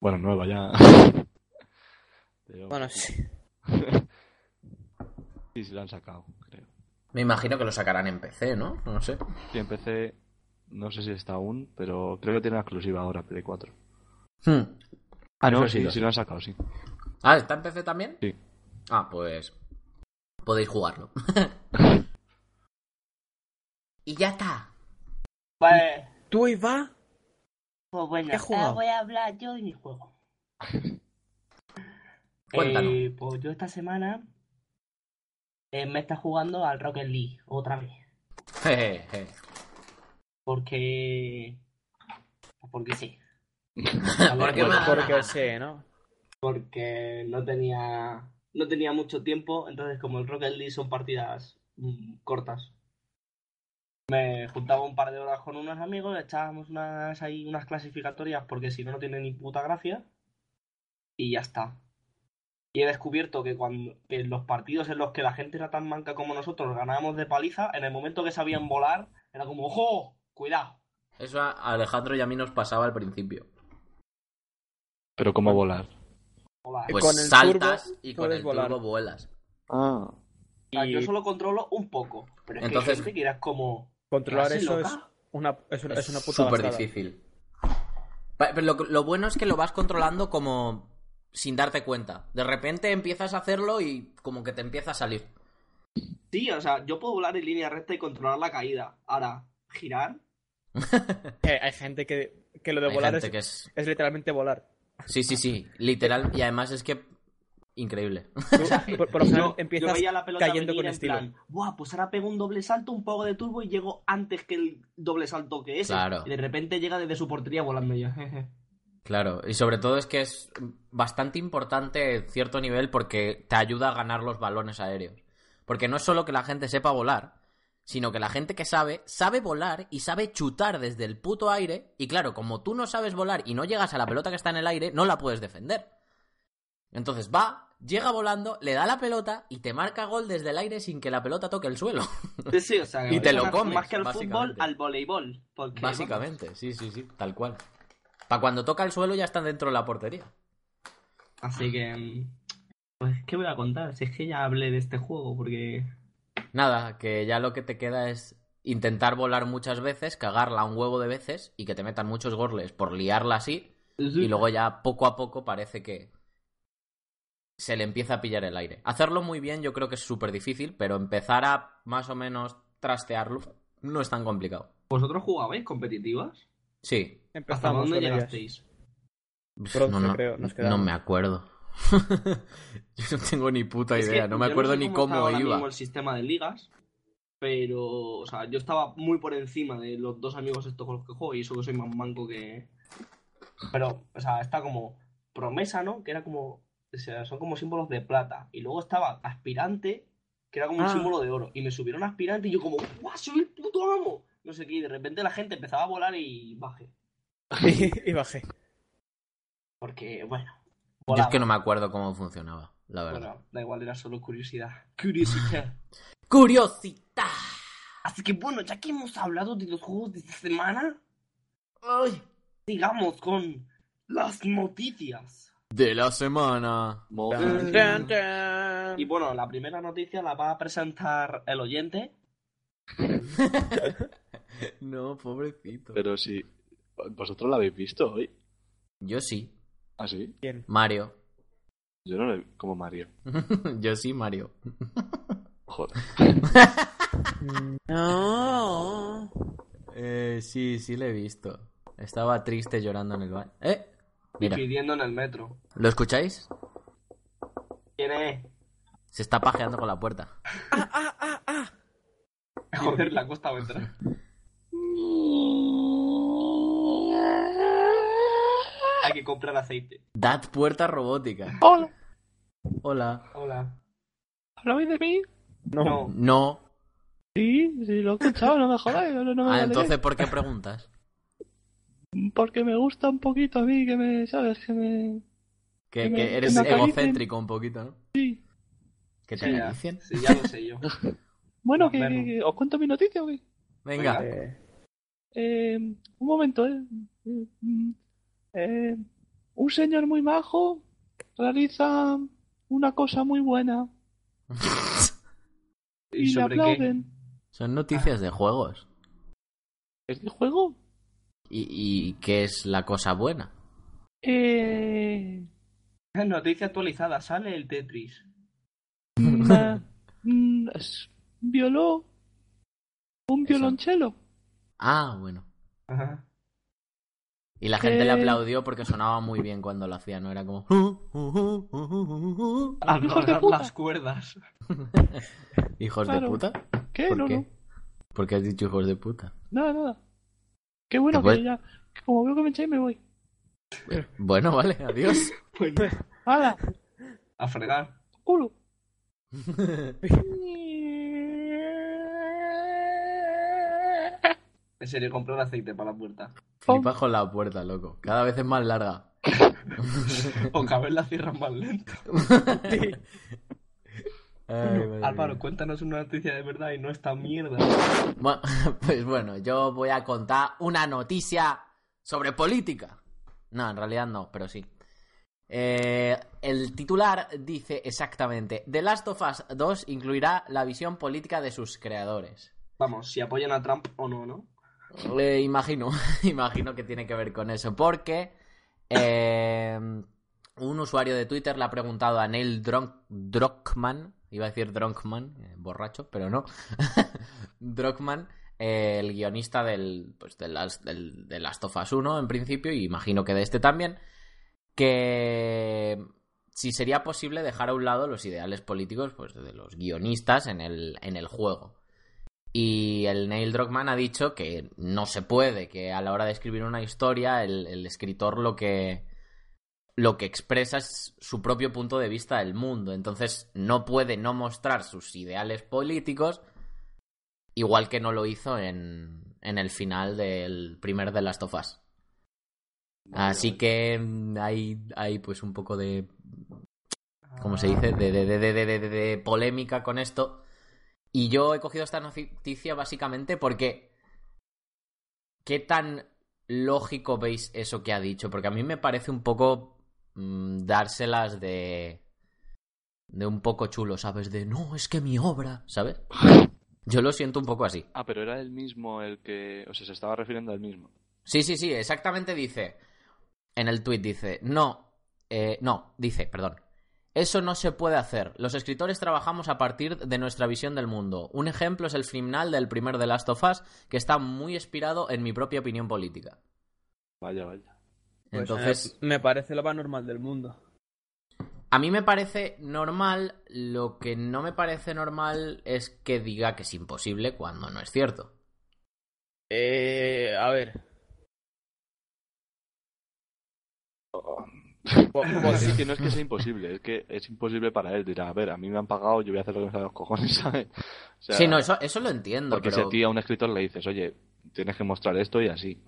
S2: Bueno, nueva ya. Pero
S5: Bueno, sí.
S2: sí, sí la han sacado, creo.
S3: Me imagino que lo sacarán en PC, ¿no? No sé.
S2: Sí, empecé, no sé si está aún, pero creo que tiene la exclusiva ahora, Play 4.
S3: Hmm.
S2: Ah, no,
S3: eso sí
S2: sí,
S3: lo
S2: sí
S3: sé.
S2: lo han sacado, sí.
S3: Ah, ¿está en PC también?
S2: Sí.
S3: Ah, pues podéis jugarlo. y ya está.
S6: Vale,
S5: ¿Tú, Iba?
S6: pues bueno,
S5: ¿Qué has jugado?
S6: ahora voy a hablar yo de mi juego.
S3: Cuéntanos.
S6: Eh, pues yo esta semana eh, me está jugando al Rocket League otra vez.
S3: Jejeje.
S6: Porque. Porque sí.
S3: ¿Por qué
S5: Por-
S3: más?
S5: Porque sí, ¿no?
S6: Porque no tenía.
S1: No tenía mucho tiempo, entonces, como el Rocket League son partidas mm, cortas, me juntaba un par de horas con unos amigos, echábamos unas, ahí unas clasificatorias, porque si no, no tiene ni puta gracia, y ya está. Y he descubierto que cuando que en los partidos en los que la gente era tan manca como nosotros ganábamos de paliza, en el momento que sabían volar, era como ¡Ojo! ¡Cuidado!
S3: Eso a Alejandro y a mí nos pasaba al principio.
S2: Pero ¿cómo volar?
S1: Volar.
S3: Pues
S5: Eh, con el
S3: saltas
S5: turbo
S3: y con
S5: puedes
S3: el
S5: volar.
S3: turbo vuelas.
S2: Ah,
S1: O sea, yo
S5: Y-
S1: solo controlo un poco, pero es que
S3: Entonces-
S1: hay gente que era como...
S5: Controlar
S1: ¿Clase
S5: eso
S1: loca?
S5: es una, es una, es una puta
S3: súper
S5: bastada.
S3: difícil. Pa- Pero lo, lo bueno es que lo vas controlando como sin darte cuenta. De repente empiezas a hacerlo y como que te empieza a salir.
S1: Sí, o sea, yo puedo volar en línea recta y controlar la caída. Ahora, girar.
S5: Eh, hay gente que, que lo de
S3: Hay
S5: volar
S3: gente
S5: es,
S3: que es...
S5: es literalmente volar.
S3: Sí, sí, sí. Literal. Y además es que... Increíble.
S5: Tú, por, por lo general,
S1: yo, yo
S5: empiezas
S1: veía la pelota
S5: cayendo
S1: venir
S5: con
S1: en
S5: estilo.
S1: plan, Buah, pues ahora pego un doble salto, un poco de turbo y llego antes que el doble salto que ese.
S3: Claro.
S1: Y de repente llega desde su portería volando yo. jeje.
S3: Claro, y sobre todo es que es bastante importante cierto nivel porque te ayuda a ganar los balones aéreos. Porque no es solo que la gente sepa volar, sino que la gente que sabe, sabe volar y sabe chutar desde el puto aire. Y claro, como tú no sabes volar y no llegas a la pelota que está en el aire, no la puedes defender. Entonces va, llega volando, le da la pelota y te marca gol desde el aire sin que la pelota toque el suelo.
S1: Sí, sí, o sea,
S3: Y te lo
S1: más-
S3: comes,
S1: Más que al fútbol,
S3: básicamente.
S1: al voleibol. Porque,
S3: Básicamente, sí, sí, sí, tal cual. Para cuando toca el suelo ya está dentro de la portería.
S1: vamos, Así que... mm, Pues, ¿qué voy a contar? Si es que ya hablé de este juego, porque...
S3: Nada, que ya lo que te queda es intentar volar muchas veces, cagarla un huevo de veces y que te metan muchos gorles por liarla así. Y luego ya poco a poco parece que se le empieza a pillar el aire. Hacerlo muy bien yo creo que es súper difícil, pero empezar a más o menos trastearlo no es tan complicado.
S1: ¿Vosotros jugabais competitivas?
S3: Sí.
S1: ¿Hasta
S5: Empezamos
S1: dónde
S5: con ellas.
S1: llegasteis?
S5: Bronce,
S3: no, no,
S5: creo, nos
S3: no
S5: quedamos.
S3: me acuerdo. yo no tengo ni puta
S1: Es que
S3: idea, no me
S1: yo
S3: acuerdo
S1: sé
S3: ni
S1: está
S3: cómo
S1: ahora
S3: iba.
S1: mismo el sistema de ligas, pero, o sea, yo estaba muy por encima de los dos amigos estos con los que juego y eso que soy más manco que. Pero, o sea, está como promesa, ¿no? Que era como. o sea, son como símbolos de plata. Y luego estaba aspirante, que era como un
S5: Ah.
S1: símbolo de oro. Y me subieron a aspirante y yo, como, ¡guau! ¡Soy el puto amo! No sé qué. Y de repente la gente empezaba a volar y bajé.
S5: y, y bajé.
S1: Porque, bueno.
S3: Yo es
S1: volaba.
S3: que no me acuerdo cómo funcionaba, la verdad.
S1: Bueno, da igual, era solo curiosidad. Curiosidad.
S3: Curiosita.
S6: Así que bueno, ya que hemos hablado de los juegos de esta semana,
S3: ¡Ay!
S6: sigamos con las noticias.
S3: De la semana.
S2: Modo-
S5: Tan, tan.
S6: Y bueno, la primera noticia la va a presentar el oyente.
S3: No, pobrecito.
S2: Pero sí. ¿Vosotros la habéis visto hoy?
S3: Yo sí.
S2: ¿Ah, sí?
S3: Mario.
S2: Yo no la he- Como Mario.
S3: Yo sí, Mario.
S2: Joder.
S5: No.
S3: Eh, sí, sí le he visto. Estaba triste llorando en el baño. ¿Eh? Mira,
S6: Pidiendo en el metro.
S3: ¿lo escucháis?
S6: ¿Quién es?
S3: Se está pajeando con la puerta.
S6: Joder, la costa va a entrar. Hay que comprar aceite.
S3: Dad puerta robótica.
S2: ¡Hola!
S3: Hola.
S6: Hola.
S2: ¿Hablabais de mí?
S6: No.
S3: No.
S2: Sí, sí, lo he escuchado, no me jodáis. No, no me
S3: Ah,
S2: vale.
S3: entonces, ¿por qué preguntas?
S2: Porque me gusta un poquito a mí, que me, ¿sabes? Que me...
S3: Que,
S2: Que me-
S3: que eres
S2: que me acaricien.
S3: egocéntrico un poquito, ¿no?
S2: Sí.
S3: Que
S6: Sí,
S3: te
S6: ya.
S3: acaricien.
S6: Sí, ya lo sé yo.
S2: Bueno,
S6: Más
S2: que, que-
S6: menos.
S2: que- os cuento mi noticia, o qué?
S3: Venga.
S5: Eh,
S2: Eh, un momento, ¿eh? Eh, un señor muy majo realiza una cosa muy buena y,
S6: ¿Y
S2: le
S6: sobre qué?
S2: aplauden.
S3: Son noticias de juegos.
S2: ¿Es de juego?
S3: ¿Y, y qué es la cosa buena?
S2: Eh,
S6: Noticia actualizada, sale el Tetris.
S2: mm, ah, mm, es- violó un
S3: Eso.
S2: violonchelo.
S3: Ah, bueno.
S6: Ajá.
S3: Y la gente le
S2: Eh.
S3: aplaudió porque sonaba muy bien cuando lo hacía, ¿no? Era como... "Uh,
S6: Al
S2: Hijos de
S6: doblar
S2: puta.
S6: las cuerdas.
S3: ¿Hijos de
S2: Claro.
S3: puta?
S2: ¿Qué?
S3: ¿Por
S2: No,
S3: qué?
S2: no.
S3: ¿Por qué has dicho hijos de puta?
S2: Nada, nada. Qué bueno
S3: Te puedes-
S2: que ya. que Como veo que me echáis, me voy.
S3: Bueno, vale, adiós.
S6: Bueno,
S2: ¡Hala!
S6: a fregar.
S2: ¡Culo!
S6: En serio, comprar aceite para la puerta.
S3: Flipas con la puerta, loco. Cada vez es más larga.
S6: O cada vez la cierran más lento.
S3: Ay, madre
S6: Álvaro,
S3: mía.
S6: cuéntanos una noticia de verdad y no esta mierda.
S3: Bueno, pues bueno, yo voy a contar una noticia sobre política. No, en realidad no, pero sí. Eh, el titular dice exactamente: The Last of Us 2 incluirá la visión política de sus creadores.
S6: Vamos, si apoyan a Trump o no, ¿no?
S3: Eh, imagino, imagino que tiene que ver con eso, porque eh, un usuario de Twitter le ha preguntado a Neil Dronk- Druckmann, iba a decir Drunkman, eh, borracho, pero no, Druckmann, eh, el guionista del, pues, de las, del, de Last of Us 1 en principio, y imagino que de este también, que si sería posible dejar a un lado los ideales políticos pues, de los guionistas en el, en el juego. Y el Neil Druckmann ha dicho que no se puede, que a la hora de escribir una historia, el, el escritor lo que, lo que expresa es su propio punto de vista del mundo. Entonces no puede no mostrar sus ideales políticos, igual que no lo hizo en, en el final del primer de Last of Us. Así que mm, hay, hay pues un poco de como se dice, de, de, de, de, de, de- de polémica con esto. Y yo he cogido esta noticia básicamente porque. ¿Qué tan lógico veis eso que ha dicho? Porque a mí me parece un poco. mm, dárselas de. de un poco chulo, ¿sabes? De no, es que mi obra, ¿sabes? Yo lo siento un poco así.
S2: Ah, pero era el mismo el que. O sea, se estaba refiriendo al mismo.
S3: Sí, sí, sí, exactamente dice. En el tuit dice, no, eh, no, dice, perdón. Eso no se puede hacer. Los escritores trabajamos a partir de nuestra visión del mundo. Un ejemplo es el final del primer The Last of Us, que está muy inspirado en mi propia opinión política.
S2: Vaya, vaya.
S5: pues,
S3: Entonces,
S5: eh, me parece lo más normal del mundo.
S3: a mí me parece normal, lo que no me parece normal es que diga que es imposible cuando no es cierto.
S5: Eh, a ver. Po-
S2: Es
S5: posi-
S2: Pues que no es que sea imposible, es que es imposible para él. Dirá, a ver, a mí me han pagado, yo voy a hacer lo que me salga de los cojones, ¿sabes? O sea,
S3: sí, no, eso, eso lo entiendo,
S2: Porque
S3: pero...
S2: si a ti a un escritor le dices, oye, tienes que mostrar esto y así.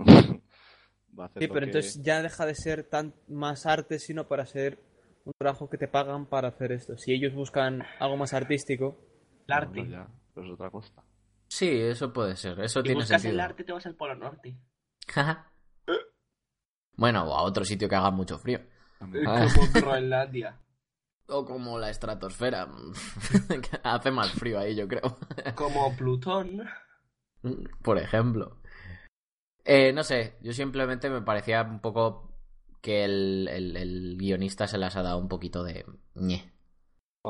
S2: Va a hacer
S5: Sí,
S2: lo
S5: pero
S2: que-
S5: entonces ya deja de ser tan más arte, sino para ser un trabajo que te pagan para hacer esto. Si ellos buscan algo más artístico,
S6: El arte.
S2: Bueno, ya, pero es otra cosa.
S3: Sí, eso puede ser. Eso
S1: Si
S3: tiene
S1: buscas
S3: sentido.
S1: el arte, te vas al Polo Norte.
S3: bueno, o a otro sitio que haga mucho frío.
S1: Es
S2: Ah,
S1: como Groenlandia.
S3: O como la estratosfera. que Hace más frío ahí, yo creo.
S1: Como Plutón.
S3: Por ejemplo. Eh, no sé, yo simplemente me parecía un poco que el, el- el guionista se las ha dado un poquito de... ñe,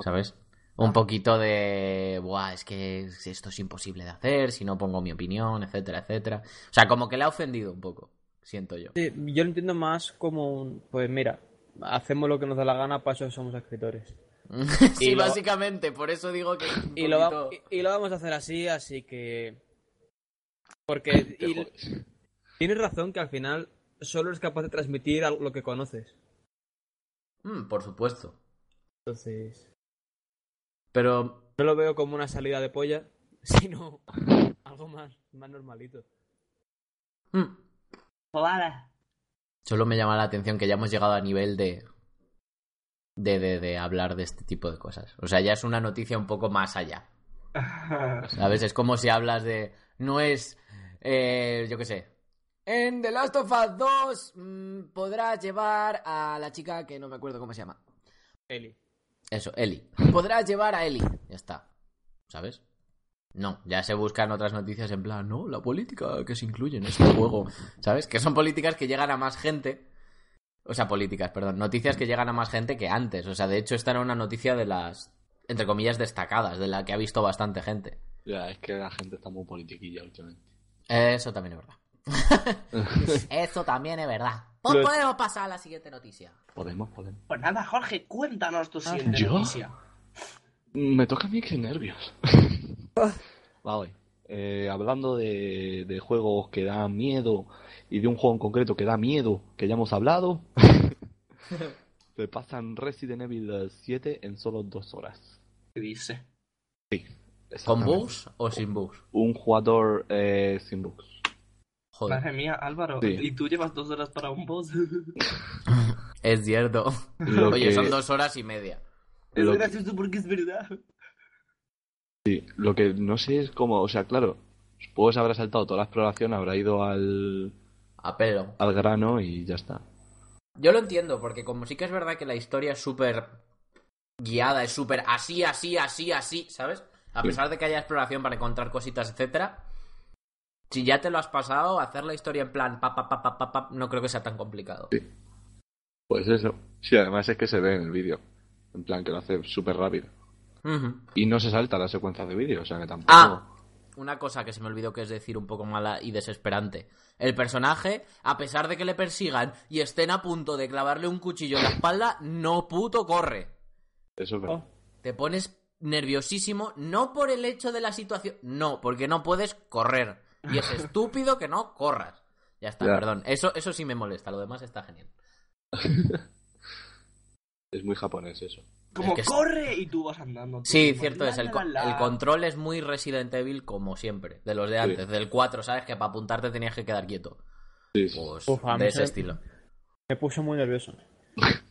S3: ¿Sabes? Un poquito de... Buah, es que esto es imposible de hacer, si no pongo mi opinión, etcétera, etcétera. O sea, como que le ha ofendido un poco, siento yo.
S5: Sí, yo lo entiendo más como un, pues mira, hacemos lo que nos da la gana, para eso somos escritores.
S3: sí,
S5: Y lo-
S3: básicamente, por eso digo que... es un
S5: Y lo, va-
S3: poquito-
S5: y- y lo vamos a hacer así, así que... Porque
S2: te
S5: y-
S2: jodes.
S5: tienes razón que al final solo eres capaz de transmitir al- lo que conoces.
S3: Mm, por supuesto.
S5: Entonces,
S3: Pero
S5: no lo veo como una salida de polla, sino algo más, más normalito.
S3: mm,
S6: Jodada.
S3: solo me llama la atención que ya hemos llegado a nivel de de, de de hablar de este tipo de cosas. O sea, ya es una noticia un poco más allá. ¿Sabes? Es como si hablas de no es eh, yo qué sé. En The Last of Us 2 mm, podrás llevar a la chica que no me acuerdo cómo se llama.
S5: Eli.
S3: Eso, Eli. Podrás llevar a Eli. Ya está. ¿Sabes? No, ya se buscan otras noticias en plan, no, la política que se incluye en este juego. ¿Sabes? Que son políticas que llegan a más gente. O sea, políticas, perdón. Noticias que llegan a más gente que antes. O sea, de hecho, esta era una noticia de las, entre comillas, destacadas, de la que ha visto bastante gente.
S2: Ya, es que la gente está muy politiquilla últimamente.
S3: Eso también es verdad. Eso también es verdad. Pues
S5: Lo-
S3: podemos pasar a la siguiente noticia.
S2: Podemos, podemos.
S1: Pues nada, Jorge, cuéntanos
S3: ¿Ah,
S1: tu siguiente
S2: ¿yo?
S1: noticia.
S2: Me toca a mí que nervios. vale. Eh, hablando de, de juegos que dan miedo y de un juego en concreto que da miedo, que ya hemos hablado, se pasan Resident Evil 7 en solo dos horas.
S1: ¿Qué dice?
S3: ¿Con
S2: Exactamente.
S3: bugs o sin bugs?
S2: Un jugador eh, sin bugs.
S3: Joder.
S1: Madre mía, Álvaro,
S2: Sí.
S1: ¿y tú llevas dos horas para un boss?
S3: Es cierto.
S2: Lo
S3: Oye,
S2: que-
S3: son dos horas y media.
S1: es
S2: Lo que-
S1: gracioso porque es verdad.
S2: Lo que no sé es cómo, o sea, claro, supongo que se habrá saltado toda la exploración, habrá ido al,
S3: A pelo.
S2: al grano y ya está.
S3: Yo lo entiendo, porque como sí que es verdad que la historia es súper guiada, es súper así, así, así, así, ¿sabes? A
S2: Sí.
S3: pesar de que haya exploración para encontrar cositas, etcétera, si ya te lo has pasado, hacer la historia en plan pa pa pa pa pa, pa, no creo que sea tan complicado.
S2: Pues eso. Sí, además es que se ve en el vídeo. En plan, que lo hace súper rápido.
S3: Ujú.
S2: Y no se salta la secuencia de vídeo, o sea que tampoco.
S3: Ah, una cosa que se me olvidó que es decir un poco mala y desesperante. El personaje, a pesar de que le persigan y estén a punto de clavarle un cuchillo en la espalda, no puto corre.
S2: Eso es verdad.
S3: Te pones nerviosísimo, no por el hecho de la situación, no, porque no puedes correr. Y es estúpido que no corras. Ya está,
S2: Ya.
S3: perdón. Eso, eso sí me molesta, lo demás está genial.
S2: Es muy japonés eso.
S1: Como
S3: que es-
S1: corre y tú vas andando. tú
S3: Sí,
S1: mismo.
S3: cierto
S1: La,
S3: es, el,
S1: la,
S3: co-
S1: la, la.
S3: el control es muy Resident Evil como siempre, de los de antes, del 4, ¿sabes? Que para apuntarte tenías que quedar quieto.
S2: Sí, sí.
S3: Pues
S5: Uf, a
S3: de
S5: mí se
S3: ese
S5: me-
S3: estilo.
S5: Me puso muy nervioso.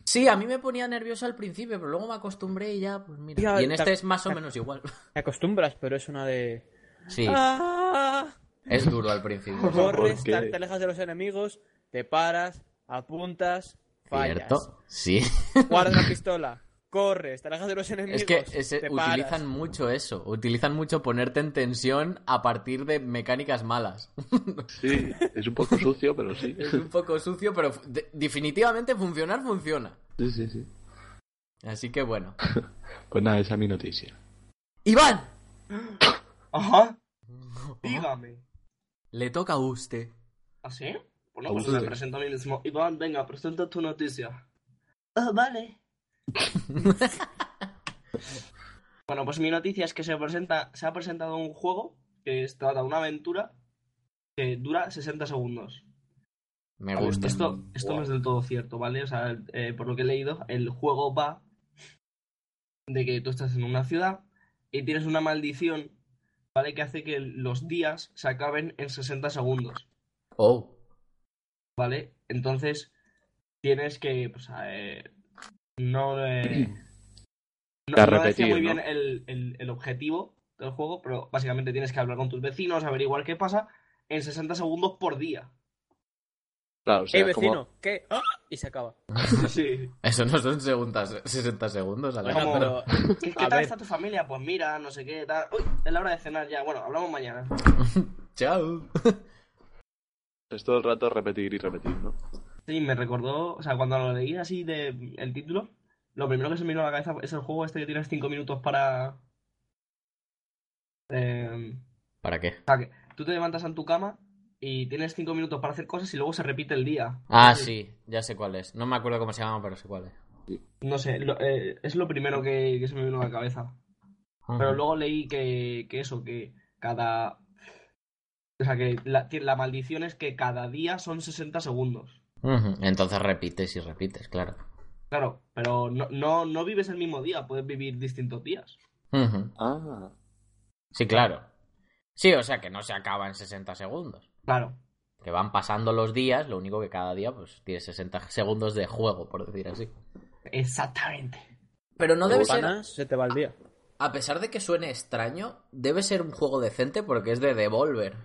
S3: Sí, a mí me ponía nervioso al principio, pero luego me acostumbré y ya, pues mira.
S5: Ya,
S3: y en
S5: ta-
S3: este es más o menos igual.
S5: Te acostumbras, pero es una de...
S3: Sí,
S5: ¡Ah!
S3: es duro al principio.
S2: favor,
S5: Corres,
S2: ¿qué?
S5: te te alejas de los enemigos, te paras, apuntas, fallas.
S3: ¿Cierto? Sí.
S5: Guarda la pistola, corres, te alejas de los enemigos.
S3: Es que ese-
S5: te paras.
S3: utilizan mucho eso, utilizan mucho ponerte en tensión a partir de mecánicas malas.
S2: Sí, es un poco sucio, pero sí.
S3: Es un poco sucio, pero fu- de- definitivamente funcionar funciona.
S2: Sí, sí, sí.
S3: Así que bueno.
S2: Pues nada, esa es mi noticia.
S3: Iván,
S1: Ajá. Dígame. ¿Ah,
S3: le toca a usted.
S1: ¿Así?
S2: A
S1: Bueno, pues
S2: usted.
S1: me presento a mí mismo. Iván, venga, presenta tu noticia. Ah, vale. bueno, pues mi noticia es que se, presenta, se ha presentado un juego que es- trata una aventura que dura 60 segundos.
S3: Me
S1: A ver,
S3: gusta.
S1: Esto, esto no es del todo cierto, ¿vale? O sea, eh, por lo que he leído, el juego va de que tú estás en una ciudad y tienes una maldición, ¿vale? Que hace que los días se acaben en 60 segundos.
S3: Oh,
S1: ¿vale? Entonces tienes que, pues, a ver, no, eh, no,
S2: Ya
S1: no decía
S2: repetir,
S1: muy
S2: ¿no?
S1: bien el, el- el objetivo, del juego, pero básicamente tienes que hablar con tus vecinos, averiguar qué pasa en 60 segundos por día.
S2: Claro, o sea,
S5: ¡Eh,
S2: es como-
S5: vecino! ¿Qué? ¡Ah! Y se acaba.
S1: Sí.
S3: Eso no son segundas, 60 segundos, Alejandro.
S5: Venga,
S1: como-
S5: pero
S1: ¿Qué, qué
S5: A
S1: tal
S5: ver.
S1: está tu familia? Pues mira, no sé qué, tal. Uy, es la hora de cenar ya. Bueno, hablamos mañana.
S3: Chao.
S2: es todo el rato repetir y repetir, ¿no?
S1: Sí, me recordó, o sea, cuando lo leí así de el título, lo primero que se me vino a la cabeza es el juego este que tienes 5 minutos para... Eh,
S3: ¿Para qué?
S1: tú te levantas en tu cama y tienes 5 minutos para hacer cosas y luego se repite el día.
S3: Ah, sí, ya sé cuál es. No me acuerdo cómo se llama, pero sé cuál es.
S1: No sé, lo- eh, es lo primero que, que se me vino a la cabeza. Pero luego leí que, que eso, que cada... O sea, que la, que la maldición es que cada día son 60 segundos.
S3: Ujú, Entonces repites y repites, claro.
S1: Claro, pero no, no, no vives el mismo día, puedes vivir distintos días.
S3: Ujú,
S2: Ah,
S3: Sí, claro. Sí, o sea que no se acaba en 60 segundos.
S1: Claro.
S3: Que van pasando los días, lo único que cada día pues tiene 60 segundos de juego, por decir así.
S1: Exactamente.
S3: Pero no debe
S1: ¿eh?
S3: ser,
S5: panas, se te va el día.
S3: a pesar de que suene extraño, debe ser un juego decente porque es de Devolver.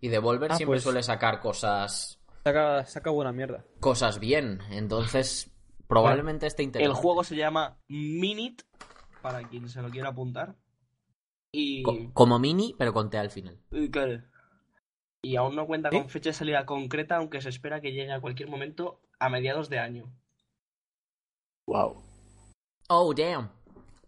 S3: Y Devolver
S5: Ah,
S3: siempre
S5: pues.
S3: suele sacar cosas
S5: Saca, saca buena mierda.
S3: cosas bien, entonces probablemente esté
S1: El
S3: interesante.
S1: juego se llama Minute, para quien se lo quiera apuntar. Y,
S3: Co- como mini, pero con T al final.
S1: y claro. Y aún no cuenta con
S5: ¿Sí?
S1: fecha de salida concreta, aunque se espera que llegue a cualquier momento a mediados de año.
S2: wow.
S3: Oh, damn.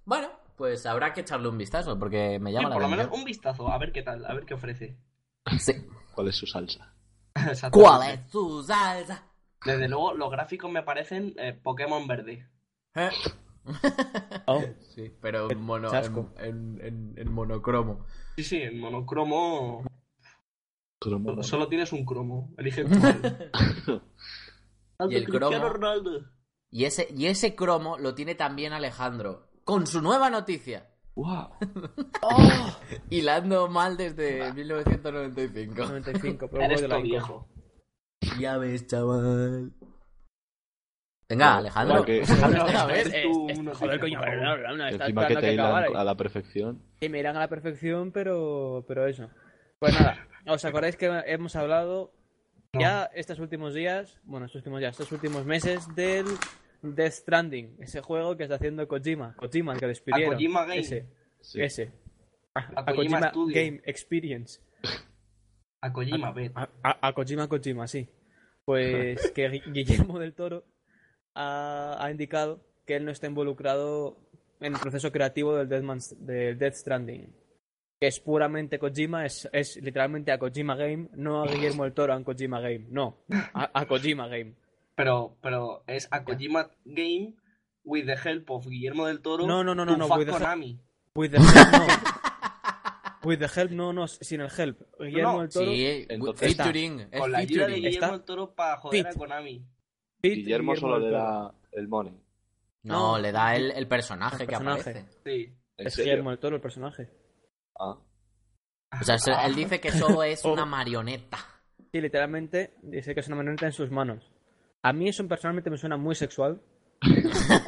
S3: Bueno, pues habrá que echarle un vistazo porque me
S1: Sí,
S3: llama la
S1: por lo menos
S3: atención.
S1: un vistazo, a ver qué tal, a ver qué ofrece.
S3: Sí.
S2: ¿Cuál es su salsa?
S1: Exactamente.
S3: ¿Cuál es tu salsa?
S1: Desde luego, los gráficos me parecen eh, Pokémon verde.
S3: ¿Eh?
S5: Oh,
S3: Sí, pero en, mono-
S5: Chasco.
S3: en- en- en- en monocromo.
S1: Sí, sí, en monocromo. pues
S2: Cromo-
S3: Pues
S1: Solo tienes un cromo. Elige cuál.
S3: Y el
S1: Cristiano
S3: cromo-
S1: Ronaldo.
S3: Y ese, y ese cromo lo tiene también Alejandro, con su nueva noticia.
S2: Wow.
S3: Hilando mal desde 1995.
S5: 95, pero voy
S1: Eres
S5: de la
S1: todo
S5: Inco.
S1: viejo.
S3: Ya ves, chaval. Venga, Alejandro.
S2: Claro que-
S3: Alejandro, otra
S1: Claro que-
S3: vez.
S5: Es-
S1: Tú,
S5: es-
S1: una
S5: joder,
S1: cita,
S5: coño,
S1: por favor.
S5: bla, bla, bla, está
S2: Encima que
S5: esperando
S2: te
S5: a
S2: hilan
S5: acabara.
S2: a la perfección.
S5: Que me irán a la perfección, pero, pero eso. Pues nada, ¿os acordáis que hemos hablado ya estos últimos días, bueno, estos últimos días, estos últimos meses del Death Stranding, ese juego que está haciendo Kojima, Kojima, el que despidieron.
S1: A Kojima Game.
S5: Ese,
S2: Sí.
S5: ese. A,
S1: Kojima
S5: Kojima,
S1: Studio.
S5: Game Experience.
S1: A Kojima, ve.
S5: A, Ah, a- a Kojima, Kojima, sí. Pues que Gui- Guillermo del Toro ha, ha indicado que él no está involucrado en el proceso creativo del Death, del Death Stranding. Que es puramente Kojima, es, es literalmente a Kojima Game, no a Guillermo del Toro, a Kojima Game, no, a, a Kojima Game.
S1: Pero, pero es a Kojima Game with the help of Guillermo del Toro.
S5: No, no, no, no,
S1: to
S5: no,
S1: fuck
S5: with the help-
S1: Konami.
S5: With the help, no. With the help, no, no, sin el help. Guillermo
S1: No,
S5: del Toro.
S3: Sí,
S2: Entonces-
S3: featuring. es
S1: Con la ayuda de
S3: featuring.
S1: Guillermo
S5: Está-
S1: del Toro para joder a
S5: Fit.
S1: Konami.
S5: Pete,
S2: Guillermo solo
S5: del
S2: le
S5: Toro.
S2: da el money.
S3: No,
S5: No,
S3: le da el, el personaje
S5: el
S3: que
S5: personaje.
S3: aparece.
S1: Sí.
S2: ¿En
S5: Es
S2: serio?
S5: Guillermo del Toro el personaje.
S2: Ah,
S3: O sea, se- él dice que solo es una marioneta.
S5: Sí, literalmente dice que es una marioneta en sus manos. A mí eso personalmente me suena muy sexual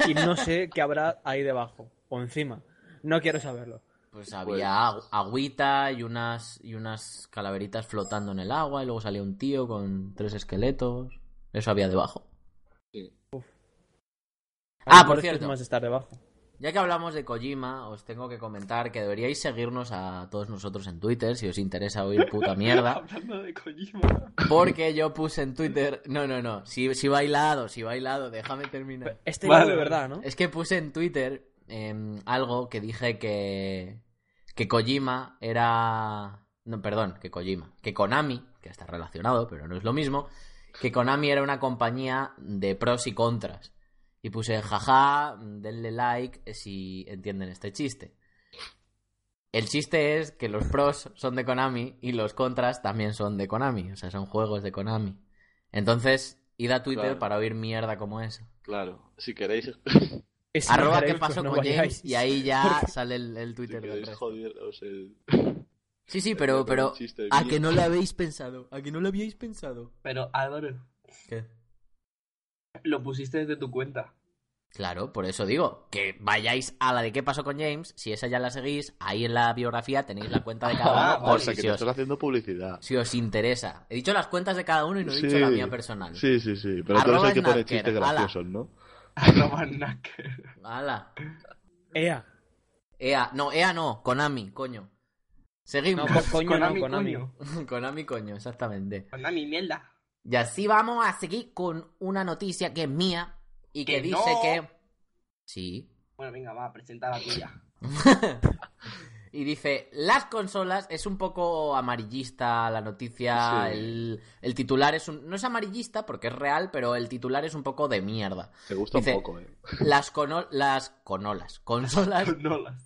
S5: y no sé qué habrá ahí debajo o encima. No quiero saberlo.
S3: Pues había agu- agüita y unas, y unas calaveritas flotando en el agua y luego salía un tío con tres esqueletos. Eso había debajo.
S2: sí.
S5: A
S3: Ah,
S5: lo
S3: por
S5: mejor esto es
S3: cierto.
S5: Más de estar debajo.
S3: Ya que hablamos de Kojima, os tengo que comentar que deberíais seguirnos a todos nosotros en Twitter si os interesa oír puta mierda.
S1: Hablando de Kojima.
S3: Porque yo puse en Twitter... No, no, no. Si, si bailado, si bailado, déjame terminar.
S5: Este
S1: Vale,
S5: lado de
S1: vale.
S5: verdad, ¿no?
S3: Es que puse en Twitter em, algo que dije que. que Kojima era. No, perdón, que Kojima. Que Konami, que está relacionado, pero no es lo mismo. Que Konami era una compañía de pros y contras. Y puse jaja, denle like si entienden este chiste. El chiste es que los pros son de Konami y los contras también son de Konami. O sea, son juegos de Konami. Entonces, id a Twitter
S2: Claro.
S3: para oír mierda como esa.
S2: Claro. Si queréis,
S5: Y si no
S3: Arroba qué
S5: queréis,
S3: pasó
S5: pues no
S3: con
S5: vayáis.
S3: James y ahí ya sale el, el Twitter
S2: si
S3: del
S2: queréis
S3: resto.
S2: joderos el...
S3: Sí, sí, pero,
S2: con un
S3: pero
S2: chiste
S3: a
S2: mío.
S3: que no lo habéis pensado, a que no lo habíais pensado.
S1: Pero, Álvaro,
S3: ¿Qué?
S1: lo pusiste desde tu cuenta.
S3: Claro, por eso digo, que vayáis a la de qué pasó con James, si esa ya la seguís, ahí en la biografía tenéis la cuenta de cada
S2: Ah,
S3: uno
S2: o
S3: por
S2: sea,
S3: si,
S2: que te
S3: os,
S2: estás haciendo publicidad.
S3: si os interesa. He dicho las cuentas de cada uno y no he dicho
S2: Sí.
S3: la mía personal.
S2: Sí, sí, sí. Pero tú eres
S3: Arroba
S2: el que pone
S3: Snacker,
S2: chistes
S3: ala.
S2: graciosos, ¿no?
S1: Arroba Snacker.
S3: Hala.
S5: Ea.
S3: EA, no, EA no, Konami, coño.
S5: No,
S3: Seguimos.
S2: pues,
S5: con coño,
S1: Konami,
S5: no, Konami.
S1: coño.
S3: Konami, coño, exactamente.
S1: Konami, mierda.
S3: Y así vamos a seguir con una noticia que es mía y que,
S1: Que
S3: dice
S1: no.
S3: que... Sí.
S1: Bueno, venga, va, presenta la tuya.
S3: Y dice, las consolas, es un poco amarillista la noticia,
S2: Sí.
S3: el, el titular es un... No es amarillista porque es real, pero el titular es un poco de mierda.
S2: Te gusta
S3: Dice-
S2: un poco, ¿eh?
S3: Las, cono- las conolas, consolas
S1: No las.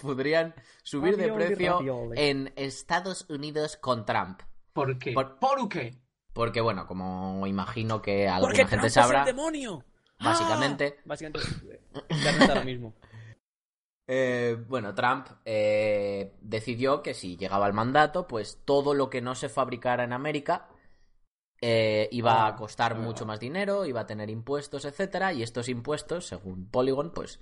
S3: podrían subir de
S5: Ravioli,
S3: precio
S5: ravioli.
S3: en Estados Unidos con Trump.
S1: ¿Por qué?
S3: Por-
S1: ¿Por, qué?
S3: Porque bueno, como imagino que alguna
S4: Porque Trump
S3: gente
S4: es el
S3: sabrá,
S4: demonio.
S3: básicamente...
S5: Básicamente, eh, internet ahora mismo.
S3: Eh, bueno, Trump eh, decidió que si llegaba al mandato, pues todo lo que no se fabricara en América eh, iba a costar mucho más dinero, iba a tener impuestos, etcétera, y estos impuestos, según Polygon, pues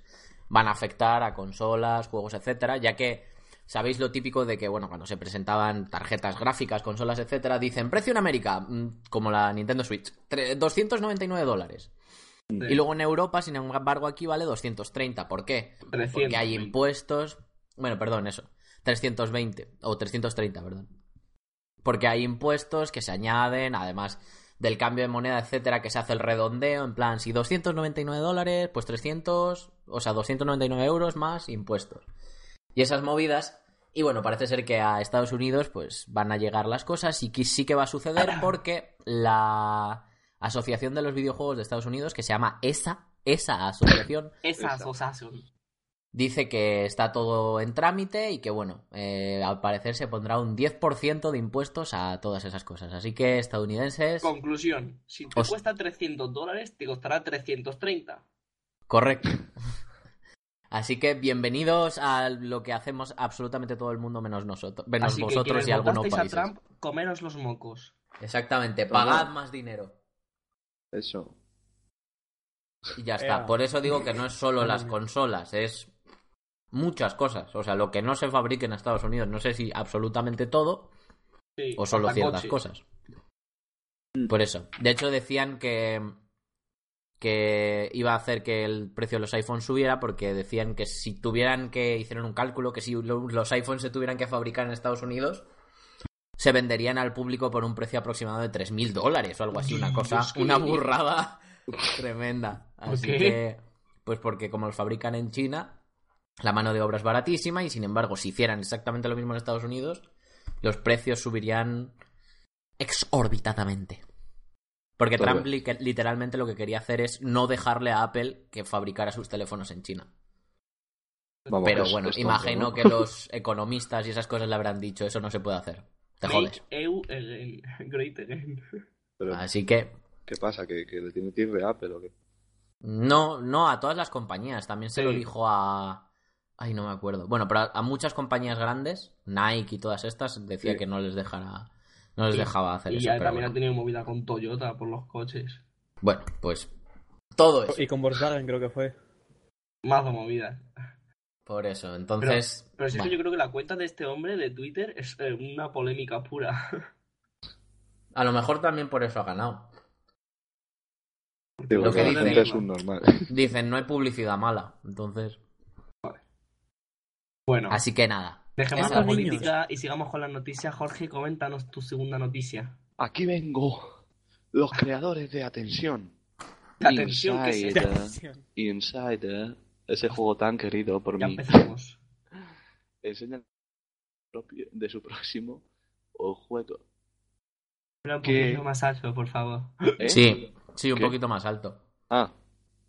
S3: van a afectar a consolas, juegos, etcétera, ya que sabéis lo típico de que, bueno, cuando se presentaban tarjetas gráficas, consolas, etcétera, dicen precio en América, mm, como la Nintendo Switch, tre- 299 dólares. Mm, Y luego en Europa, sin embargo, aquí vale 230. ¿Por qué? Porque hay impuestos. Bueno, perdón, eso. 320 o 330, perdón. Porque hay impuestos que se añaden, además del cambio de moneda, etcétera, que se hace el redondeo. En plan, si 299 dólares, pues 300, o sea, 299 euros más impuestos. Y esas movidas. Y bueno, parece ser que a Estados Unidos, pues van a llegar las cosas y que sí que va a suceder porque la Asociación de los Videojuegos de Estados Unidos, que se llama ESA, esa asociación,
S1: Esas
S2: Esa.
S1: asociación.
S3: Dice que está todo en trámite y que, bueno, eh, al parecer se pondrá un 10% de impuestos a todas esas cosas. Así que, estadounidenses,
S1: Conclusión. Si te
S3: Os-
S1: cuesta 300 dólares, te costará 330.
S3: correcto. Así que bienvenidos a lo que hacemos absolutamente todo el mundo menos nosotros, menos
S1: Así que
S3: vosotros
S1: quienes
S3: y algunos
S1: votasteis
S3: países.
S1: a Trump, comeros los mocos.
S3: Exactamente,
S2: Pero
S3: pagad
S2: no.
S3: más dinero.
S2: Eso.
S3: Y ya está.
S5: Ea.
S3: Por eso digo que no es solo
S5: Madre
S3: las
S5: mía.
S3: consolas, es muchas cosas. O sea, lo que no se fabrique en Estados Unidos, no sé si absolutamente todo,
S1: Sí,
S3: o solo
S1: hasta
S3: ciertas
S1: coche.
S3: cosas. Por eso. De hecho, decían que que iba a hacer que el precio de los iPhones subiera porque decían que si tuvieran que hicieron un cálculo que si lo- los iPhones se tuvieran que fabricar en Estados Unidos se venderían al público por un precio aproximado de 3.000 dólares o algo así, una cosa,
S1: Dios, qué
S3: una
S1: dinero.
S3: burrada tremenda.
S1: ¿Por
S3: Así
S1: qué?
S3: que, pues porque como los fabrican en China, la mano de obra es baratísima y sin embargo, si hicieran exactamente lo mismo en Estados Unidos, los precios subirían exorbitadamente. Porque
S2: Todo
S3: Trump
S2: bien.
S3: li- literalmente lo que quería hacer es no dejarle a Apple que fabricara sus teléfonos en China.
S2: Vamos,
S3: Pero
S2: Pues es-
S3: bueno,
S2: es tonto,
S3: imagino
S2: ¿no?
S3: que los economistas y esas cosas le habrán dicho, eso no se puede hacer. Te
S1: Make
S3: jodes.
S1: EU again. Great again.
S2: Pero,
S3: Así que
S2: ¿Qué pasa? ¿Que, que le tiene que ir a Apple o qué?
S3: No, no, a todas las compañías. También se lo
S1: Sí.
S3: dijo a. Ay, no me acuerdo. Bueno, pero a, a muchas compañías grandes, Nike y todas estas, decía
S2: Sí.
S3: que no les dejara. No les
S1: Y-
S3: dejaba hacer
S1: Y
S3: eso.
S1: ya
S3: pero
S1: también
S3: bueno.
S1: ha tenido movida con Toyota por los coches.
S3: Bueno, pues. Todo eso.
S5: Y con Volkswagen creo que fue.
S1: Más de movidas.
S3: Por eso. Entonces.
S1: Pero si es que
S3: bueno,
S1: yo creo que la cuenta de este hombre de Twitter es eh, una polémica pura.
S3: A lo mejor también por eso ha ganado.
S2: Digo,
S3: Lo
S2: que
S3: que
S2: la
S3: dicen-
S2: gente es un normal.
S3: Dicen, no hay publicidad mala. Entonces.
S1: Bueno,
S3: Así que nada.
S1: dejemos
S3: Estos
S1: la
S3: niños.
S1: política y sigamos con las noticias. Jorge, coméntanos tu segunda noticia.
S2: Aquí vengo. Los creadores de Atención.
S1: La atención que se-
S2: Insider. Insider. eh, Ese juego tan querido por
S1: Ya
S2: mí.
S1: empezamos.
S2: Enseñan propio- de su próximo o juego.
S1: Pero un
S2: Que-
S1: poquito más alto, por favor.
S2: ¿eh?
S3: Sí, sí, un
S2: ¿Qué?
S3: poquito más alto.
S2: Ah,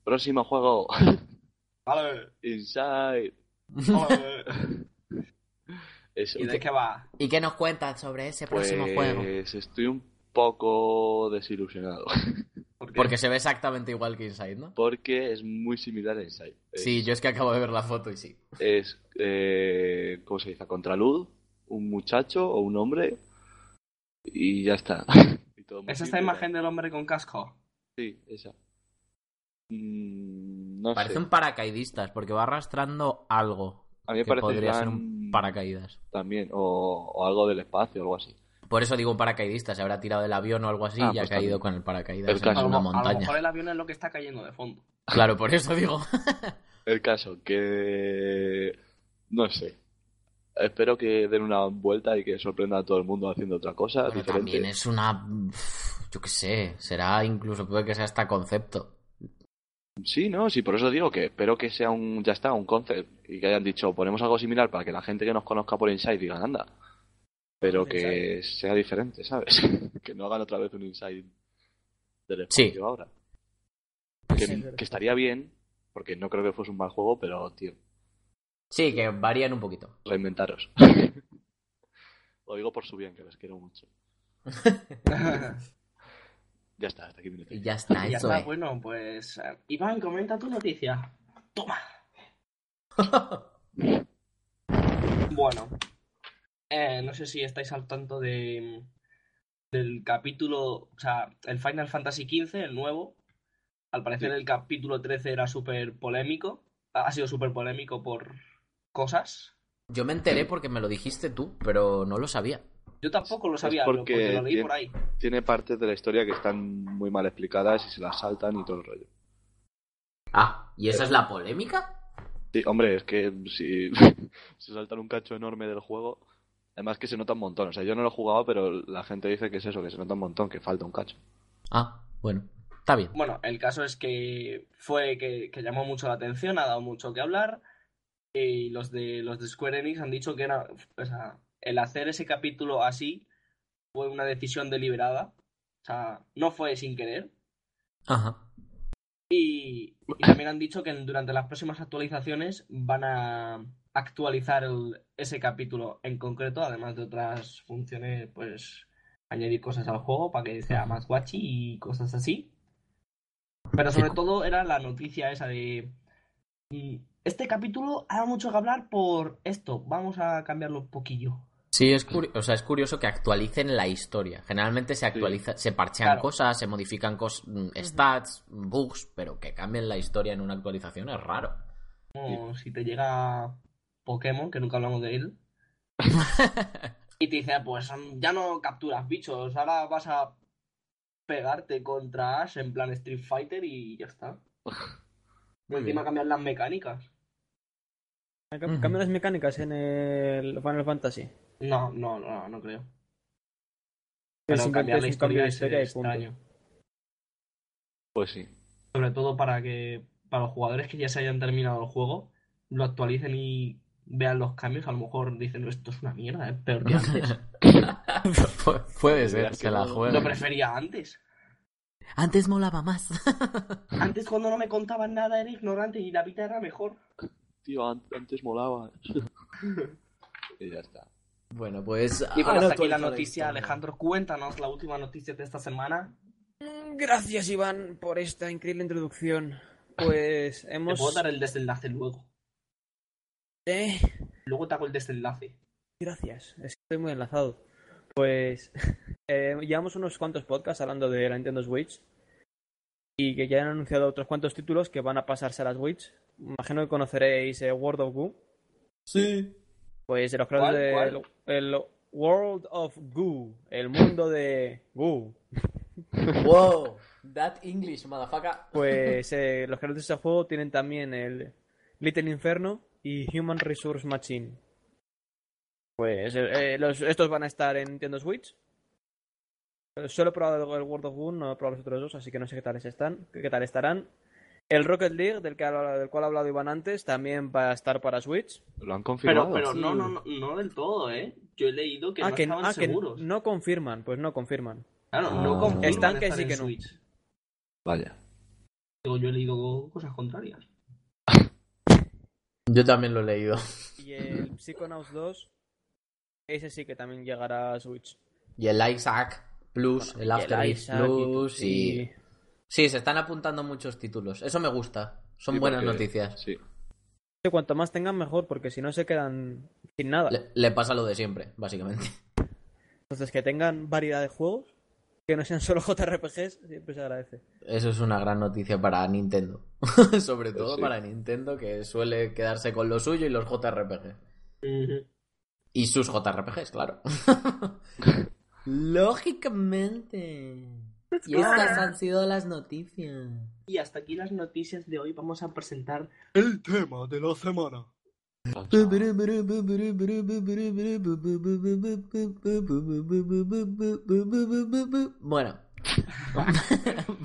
S2: próximo juego.
S1: Vale,
S2: Inside.
S1: vale.
S2: Eso.
S1: ¿Y de qué va?
S3: ¿Y qué nos cuentas sobre ese
S2: Pues
S3: próximo juego?
S2: estoy un poco desilusionado.
S3: Porque se ve exactamente igual que Inside, ¿no?
S2: Porque es muy similar a Inside. Es-
S3: Sí, yo es que acabo de ver la foto y sí.
S2: es, eh, ¿cómo se dice? A contraluz, un muchacho o un hombre y ya está. Y todo muy
S1: ¿Es esta
S2: simple.
S1: imagen del hombre con casco?
S2: Sí, esa. Mm, no
S3: Parece
S2: sé.
S3: un paracaidistas, porque va arrastrando algo.
S2: A mí me
S3: que
S2: parece
S3: podría
S2: Iván
S3: ser un paracaídas.
S2: también, o, o algo del espacio, algo así.
S3: Por eso digo un paracaidista, se habrá tirado del avión o algo así
S2: Ah,
S3: y
S2: pues
S3: ha
S2: también.
S3: caído con el paracaídas
S2: El
S3: en
S2: caso.
S1: a, lo,
S3: una
S1: mo- a lo mejor
S3: montaña.
S1: el avión es lo que está cayendo de fondo.
S3: Claro, por eso digo.
S2: El caso, que... No sé. Espero que den una vuelta y que sorprenda a todo el mundo haciendo otra cosa
S3: Pero
S2: diferente.
S3: también es una. Yo qué sé, será incluso puede que sea hasta concepto.
S2: Sí, no, sí, por eso digo que espero que sea un, ya está, un concept y que hayan dicho, ponemos algo similar para que la gente que nos conozca por Inside diga, anda, pero
S5: Ponemos
S2: que sea diferente, ¿sabes? que no hagan otra vez un Inside del
S3: Sí.
S2: espacio ahora. Que,
S5: Pues sí, es verdad.
S2: que estaría bien, porque no creo que fuese un mal juego, pero, tío,
S3: Sí, que varían un poquito.
S2: reinventaros. Lo digo por su bien, que les quiero mucho. Ya está, hasta aquí mi
S3: Y
S2: noticia.
S3: ya está,
S1: Y ya
S3: eso
S1: está,
S3: es.
S1: bueno, pues eh, Iván, comenta tu noticia. Toma. Bueno, eh, no sé si estáis al tanto de del capítulo, o sea, el Final Fantasy XV, el nuevo. Al parecer el capítulo 13 era súper polémico, ha sido súper polémico por cosas.
S3: Yo me enteré porque me lo dijiste tú, pero no lo sabía.
S1: Yo tampoco lo
S2: Es
S1: sabía,
S2: porque
S1: lo, porque lo leí
S2: tiene-
S1: por ahí.
S2: Tiene partes de la historia que están muy mal explicadas y se las saltan y todo el rollo.
S3: Ah, ¿y esa es la polémica?
S2: Sí, hombre, es que si, si saltan un cacho enorme del juego, además que se nota un montón. O sea, yo no lo he jugado, pero la gente dice que es eso, que se nota un montón, que falta un cacho.
S3: Ah, bueno, está bien.
S1: Bueno, el caso es que fue que, que llamó mucho la atención, ha dado mucho que hablar. Y los de los de Square Enix han dicho que era, o sea, el hacer ese capítulo así fue una decisión deliberada. O sea, no fue sin querer.
S3: Ajá.
S1: Y, y también han dicho que durante las próximas actualizaciones van a actualizar el- ese capítulo en concreto, además de otras funciones, pues añadir cosas al juego para que sea más guachi y cosas así. Pero sobre
S3: Sí.
S1: todo era la noticia esa de... mm, Este capítulo ha dado mucho que hablar por esto, vamos a cambiarlo un poquillo.
S3: Sí, es, curi- o sea, es curioso que actualicen la historia. Generalmente se actualiza, se parchean
S1: Claro.
S3: cosas, se modifican cos- mm, stats, bugs, pero que cambien la historia en una actualización es raro.
S1: Como si te llega Pokémon, que nunca hablamos de él. y te dice, "Ah, pues mm, ya no capturas bichos, ahora vas a pegarte contra Ash en plan Street Fighter y ya está.
S3: Muy
S1: Encima cambian las mecánicas.
S3: Ujú.
S5: Cambian las mecánicas en el Final Fantasy.
S1: No, no, no, no creo.
S5: Es
S1: Pero
S5: simplemente
S1: cambiar
S5: es
S1: la
S5: un
S1: historia
S5: cambio de
S1: es
S5: historia y punto.
S1: extraño.
S2: Pues sí.
S1: Sobre todo para que para los jugadores que ya se hayan terminado el juego, lo actualicen y vean los cambios. A lo mejor dicen, esto es una mierda, es peor que antes.
S3: Pu- Puede ser,
S2: Verás que
S3: se la
S2: no-
S1: lo
S3: juegue.
S1: prefería antes.
S3: Antes molaba más.
S1: Antes cuando no me contaban nada era ignorante y la vida era mejor.
S2: Tío, an- antes molaba. y ya está.
S3: bueno, pues.
S1: Y
S5: Ah,
S1: bueno,
S3: ahora
S1: hasta aquí la
S3: actualiza
S1: noticia,
S3: historia.
S1: Alejandro. Cuéntanos la última noticia de esta semana.
S5: Gracias, Iván, por esta increíble introducción. Pues
S1: Te
S5: hemos.
S1: puedo dar el desenlace luego.
S5: Eh,
S1: Luego te hago el desenlace.
S5: Gracias, estoy muy enlazado. Pues eh, llevamos unos cuantos podcasts hablando de la Nintendo Switch y que ya han anunciado otros cuantos títulos que van a pasarse a la Switch. Imagino que conoceréis eh, World of Goo.
S3: Sí.
S5: Pues de los
S1: ¿Cuál,
S5: creadores
S1: cuál?
S5: del el World of Goo, el mundo de Goo.
S3: Wow, that English, motherfucker.
S5: Pues eh, los creadores de este juego tienen también el Little Inferno y Human Resource Machine. Pues eh, eh, los- estos van a estar en Nintendo Switch. Eh, Solo he probado el World of Goo, no he probado los otros dos, así que no sé qué tales están, qué tal estarán. El Rocket League, del, que ha- del cual ha hablado Iván antes, también va a estar para Switch.
S2: Lo han
S1: Pero,
S2: confirmado.
S1: pero no,
S5: sí.
S1: no, no, no del todo, ¿eh? Yo he leído que
S5: ah,
S1: no
S5: que,
S1: estaban
S5: ah, que
S1: seguros.
S5: no confirman, pues no confirman.
S1: Claro, no
S2: Ah.
S1: confirman
S5: Están que
S1: estar
S5: sí
S1: en
S5: que no.
S1: Switch.
S2: Vaya.
S1: Digo, yo he leído cosas contrarias.
S3: Yo también lo he leído.
S5: Y el Psychonauts 2, ese sí que también llegará a Switch.
S3: Y el Isaac Plus, el
S5: Y
S3: After
S5: Isaac y-
S3: Plus y...
S5: y-
S3: Sí, se están apuntando muchos títulos. Eso me gusta. Son
S2: Sí,
S3: buenas
S2: porque-
S3: noticias.
S2: Sí.
S5: Que cuanto más tengan, mejor, porque si no se quedan sin nada.
S3: Le, le pasa lo de siempre, básicamente.
S5: Entonces, que tengan variedad de juegos que no sean solo JRPGs, siempre se agradece.
S3: Eso es una gran noticia para Nintendo. Sobre
S2: Pues
S3: todo
S2: sí.
S3: para Nintendo, que suele quedarse con lo suyo y los JRPG.
S1: Ujú.
S3: Y sus JRPGs, claro. Lógicamente.
S5: Pues
S3: Y estas han sido las noticias.
S1: Y hasta aquí las noticias de hoy. Vamos a presentar
S7: El tema de la semana.
S3: Bueno.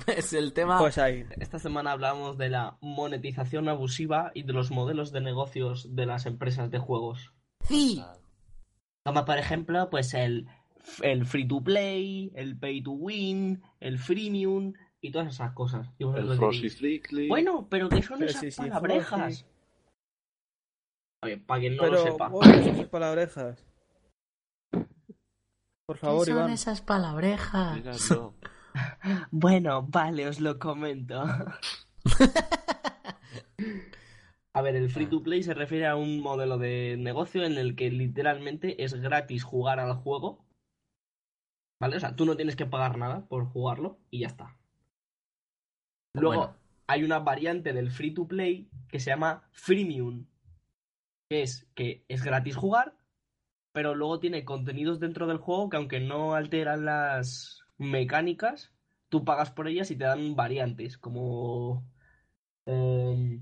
S3: es el tema.
S5: Pues ahí.
S1: Esta semana hablamos de la monetización abusiva y de los modelos de negocios de las empresas de juegos.
S3: Sí.
S1: Como por ejemplo, pues el, el free to play, el pay to win, el freemium y todas esas cosas. Y
S2: El
S1: vosotros
S2: Frosty
S1: diréis,
S2: Freakly.
S1: bueno, pero ¿qué son
S5: Pero
S1: esas
S5: sí, sí,
S1: palabrejas?
S5: Frosty.
S1: A ver, para quien no
S5: Pero,
S1: lo sepa.
S5: oh, esas palabrejas. Por favor,
S3: ¿Qué son
S5: Iván.
S3: esas palabrejas?
S2: Díganlo.
S1: Bueno, vale, os lo comento. A ver, el free to play se refiere a un modelo de negocio en el que literalmente es gratis jugar al juego. ¿Vale? O sea, tú no tienes que pagar nada por jugarlo y ya está. Luego
S3: Bueno.
S1: hay una variante del free to play que se llama freemium, que es que es gratis jugar, pero luego tiene contenidos dentro del juego que aunque no alteran las mecánicas, tú pagas por ellas y te dan variantes, como... eh,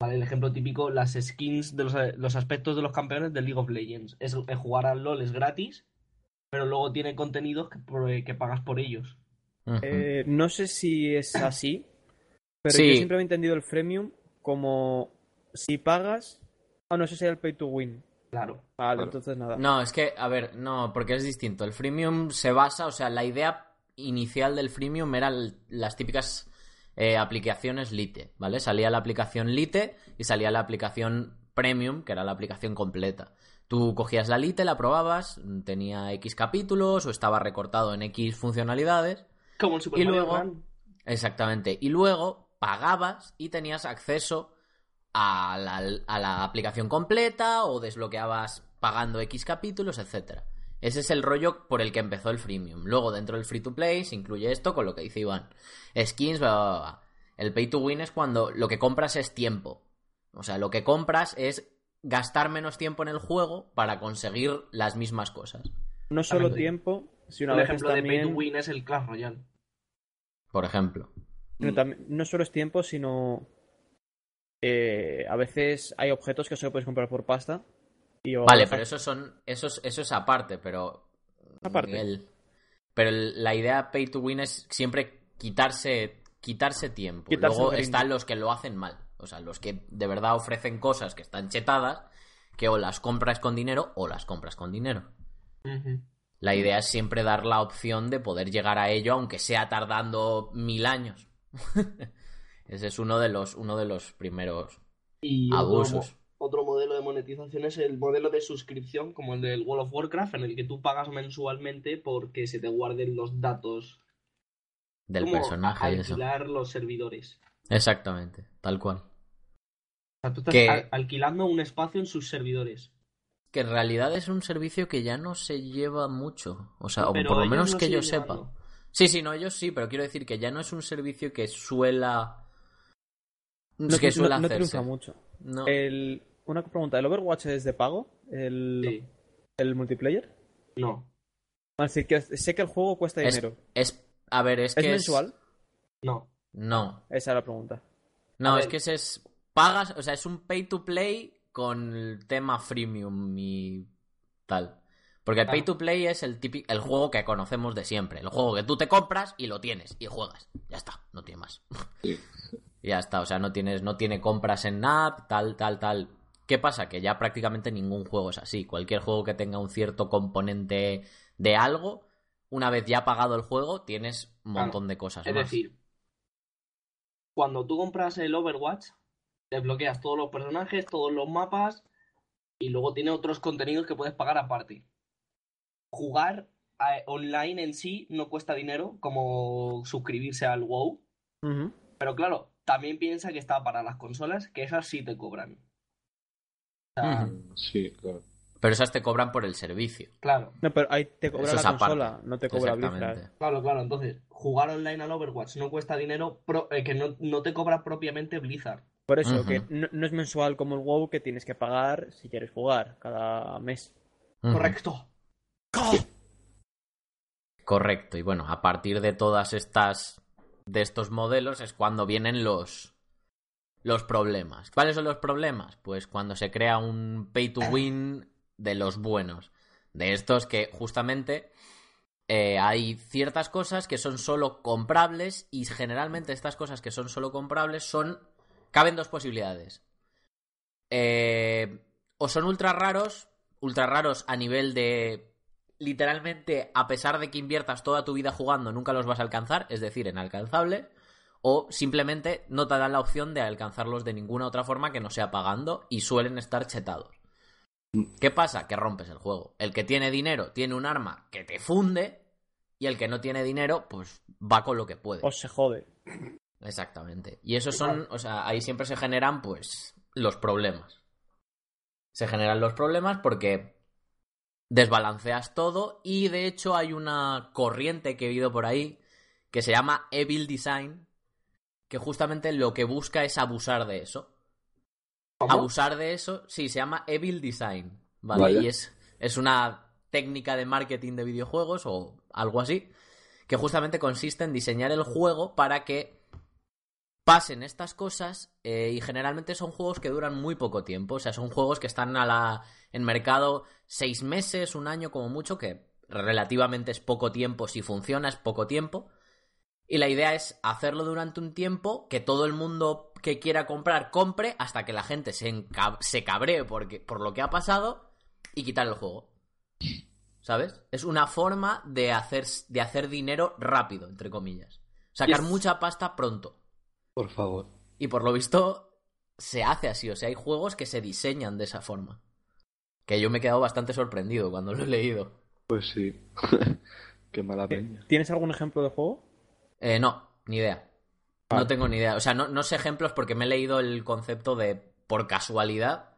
S1: vale, el ejemplo típico, las skins de los, los aspectos de los campeones de League of Legends. Es, eh, jugar al LOL es gratis, pero luego tiene contenidos que, por- eh, que pagas por ellos.
S3: Ujú.
S5: Eh, no sé si es así, pero
S3: Sí.
S5: yo siempre he entendido el freemium como si pagas. Ah, no, eso sería el pay to win.
S1: Claro.
S5: Vale,
S2: Claro.
S5: entonces nada.
S3: No, es que, a ver, no, porque es distinto. El freemium se basa, o sea, la idea inicial del freemium eran las típicas eh, aplicaciones Lite, ¿vale? Salía la aplicación Lite y salía la aplicación Premium, que era la aplicación completa. Tú cogías la Lite, la probabas, tenía X capítulos o estaba recortado en X funcionalidades.
S1: Como el Super
S3: Y
S1: Mario
S3: luego-
S1: Run.
S3: Exactamente. Y luego pagabas y tenías acceso a la, a la aplicación completa o desbloqueabas pagando X capítulos, etcétera. Ese es el rollo por el que empezó el freemium. Luego, dentro del free to play, se incluye esto con lo que dice Iván. Skins, bla, bla, bla, bla. El pay to win es cuando lo que compras es tiempo. O sea, lo que compras es gastar menos tiempo en el juego para conseguir las mismas cosas.
S5: No solo
S1: Exactamente.
S5: tiempo, sino a
S1: Un
S5: veces
S1: ejemplo de pay to
S5: también.
S1: win es el Clash Royale.
S3: Por ejemplo.
S5: sino
S2: Mm.
S5: también- no solo es tiempo, sino. eh, a veces hay objetos que solo puedes comprar por pasta. Y o
S3: Vale,
S5: dejas-
S3: pero eso son, eso es, eso es aparte, pero.
S5: Aparte.
S3: Miguel, pero el- la idea pay to win es siempre quitarse, quitarse tiempo.
S5: Quitarse
S3: Luego
S5: el grinding.
S3: están los que lo hacen mal. O sea, los que de verdad ofrecen cosas que están chetadas, que o las compras con dinero o las compras con dinero.
S5: Mm.
S3: La idea es siempre dar la opción de poder llegar a ello, aunque sea tardando mil años. Ese es uno de los, uno de los primeros
S1: Y otro
S3: abusos.
S1: mo- Otro, modelo de monetización es el modelo de suscripción, como el del World of Warcraft, en el que tú pagas mensualmente porque se te guarden los datos.
S3: del
S1: como
S3: personaje y eso.
S1: alquilar los servidores.
S3: Exactamente, tal cual.
S1: O sea, tú estás
S3: Que-
S1: al- alquilando un espacio en sus servidores.
S3: Que en realidad es un servicio que ya no se lleva mucho. O sea, o
S1: Pero
S3: por lo
S1: ellos
S3: menos
S1: lo
S3: que yo
S1: siguen
S3: sepa.
S1: llevando.
S3: Sí, sí, no, ellos sí, pero quiero decir que ya no es un servicio que suela.
S5: no,
S3: que
S5: tri-
S3: suele
S5: no- no
S3: hacerse.
S5: triunfa mucho.
S3: No.
S5: El- una pregunta: ¿el Overwatch es de pago? ¿El,
S1: Sí.
S5: el multiplayer?
S1: No,
S5: Ah, sí, que- sé que el juego cuesta
S3: Es-
S5: dinero.
S3: Es, a ver, es,
S5: ¿Es
S3: que. es-
S5: mensual?
S1: no.
S3: No,
S5: Esa es la pregunta.
S3: no,
S1: A
S3: es
S1: ver.
S3: que ese es. Pagas, o sea, es un pay to play con el tema freemium y tal. Porque el
S1: Claro.
S3: pay to play es el, típico, el juego que conocemos de siempre. El juego que tú te compras y lo tienes y juegas. Ya está, no tiene más.
S2: Sí.
S3: Ya está, o sea, no tienes, no tiene compras en app, tal, tal, tal. ¿Qué pasa? Que ya prácticamente ningún juego es así. Cualquier juego que tenga un cierto componente de algo, una vez ya pagado el juego, tienes un
S1: Claro.
S3: montón de cosas
S1: Es
S3: más.
S1: decir, cuando tú compras el Overwatch, desbloqueas todos los personajes, todos los mapas y luego tiene otros contenidos que puedes pagar aparte. Jugar eh, online en sí no cuesta dinero como suscribirse al WoW, pero claro, también piensa que está para las consolas, que esas sí te cobran. O sea,
S3: Ujú.
S2: Sí, claro.
S3: Pero esas te cobran por el servicio.
S1: Claro,
S5: No, pero ahí te cobra
S3: Eso
S5: la
S3: es aparte.
S5: consola, no te cobra Blizzard.
S3: Exactamente.
S1: claro, claro. Entonces, jugar online al Overwatch no cuesta dinero pro- eh, que no, no te cobra propiamente Blizzard.
S5: Por eso,
S3: Ujú.
S5: que no, no es mensual como el WoW que tienes que pagar si quieres jugar cada mes.
S3: Ujú.
S1: Correcto.
S3: Correcto. Y bueno, a partir de todas estas. de estos modelos es cuando vienen los. los problemas. ¿Cuáles son los problemas? Pues cuando se crea un pay to win de los buenos. De estos que justamente. eh, hay ciertas cosas que son solo comprables y generalmente estas cosas que son solo comprables son... Caben dos posibilidades. Eh, o son ultra raros, ultra raros a nivel de literalmente, a pesar de que inviertas toda tu vida jugando, nunca los vas a alcanzar, es decir, inalcanzable, o simplemente no te dan la opción de alcanzarlos de ninguna otra forma que no sea pagando y suelen estar chetados. ¿Qué pasa? Que rompes el juego. El que tiene dinero tiene un arma que te funde y el que no tiene dinero, pues va con lo que puede.
S5: O se jode.
S3: Exactamente. Y esos son, o sea, ahí siempre se generan, pues, los problemas. Se generan los problemas porque desbalanceas todo y de hecho hay una corriente que he oído por ahí que se llama Evil Design, que justamente lo que busca es abusar de eso. Abusar de eso, sí, se llama Evil Design, ¿vale?
S2: Vaya.
S3: Y es, es una técnica de marketing de videojuegos o algo así, que justamente consiste en diseñar el juego para que pasen estas cosas eh, y generalmente son juegos que duran muy poco tiempo, o sea, son juegos que están a la, en mercado seis meses, un año como mucho, que relativamente es poco tiempo, si funciona es poco tiempo. Y la idea es hacerlo durante un tiempo, que todo el mundo que quiera comprar compre hasta que la gente se, enca- se cabree porque, por lo que ha pasado y quitar el juego. ¿Sabes? Es una forma de hacer, de hacer dinero rápido, entre comillas. Sacar mucha pasta pronto.
S2: Por favor.
S3: Y por lo visto se hace así, o sea, hay juegos que se diseñan de esa forma. Que yo me he quedado bastante sorprendido cuando lo he leído.
S2: Pues sí. Qué mala peña.
S5: ¿Tienes algún ejemplo de juego?
S3: Eh, no, ni idea. No tengo ni idea. O sea, no, no sé ejemplos porque me he leído el concepto de por casualidad.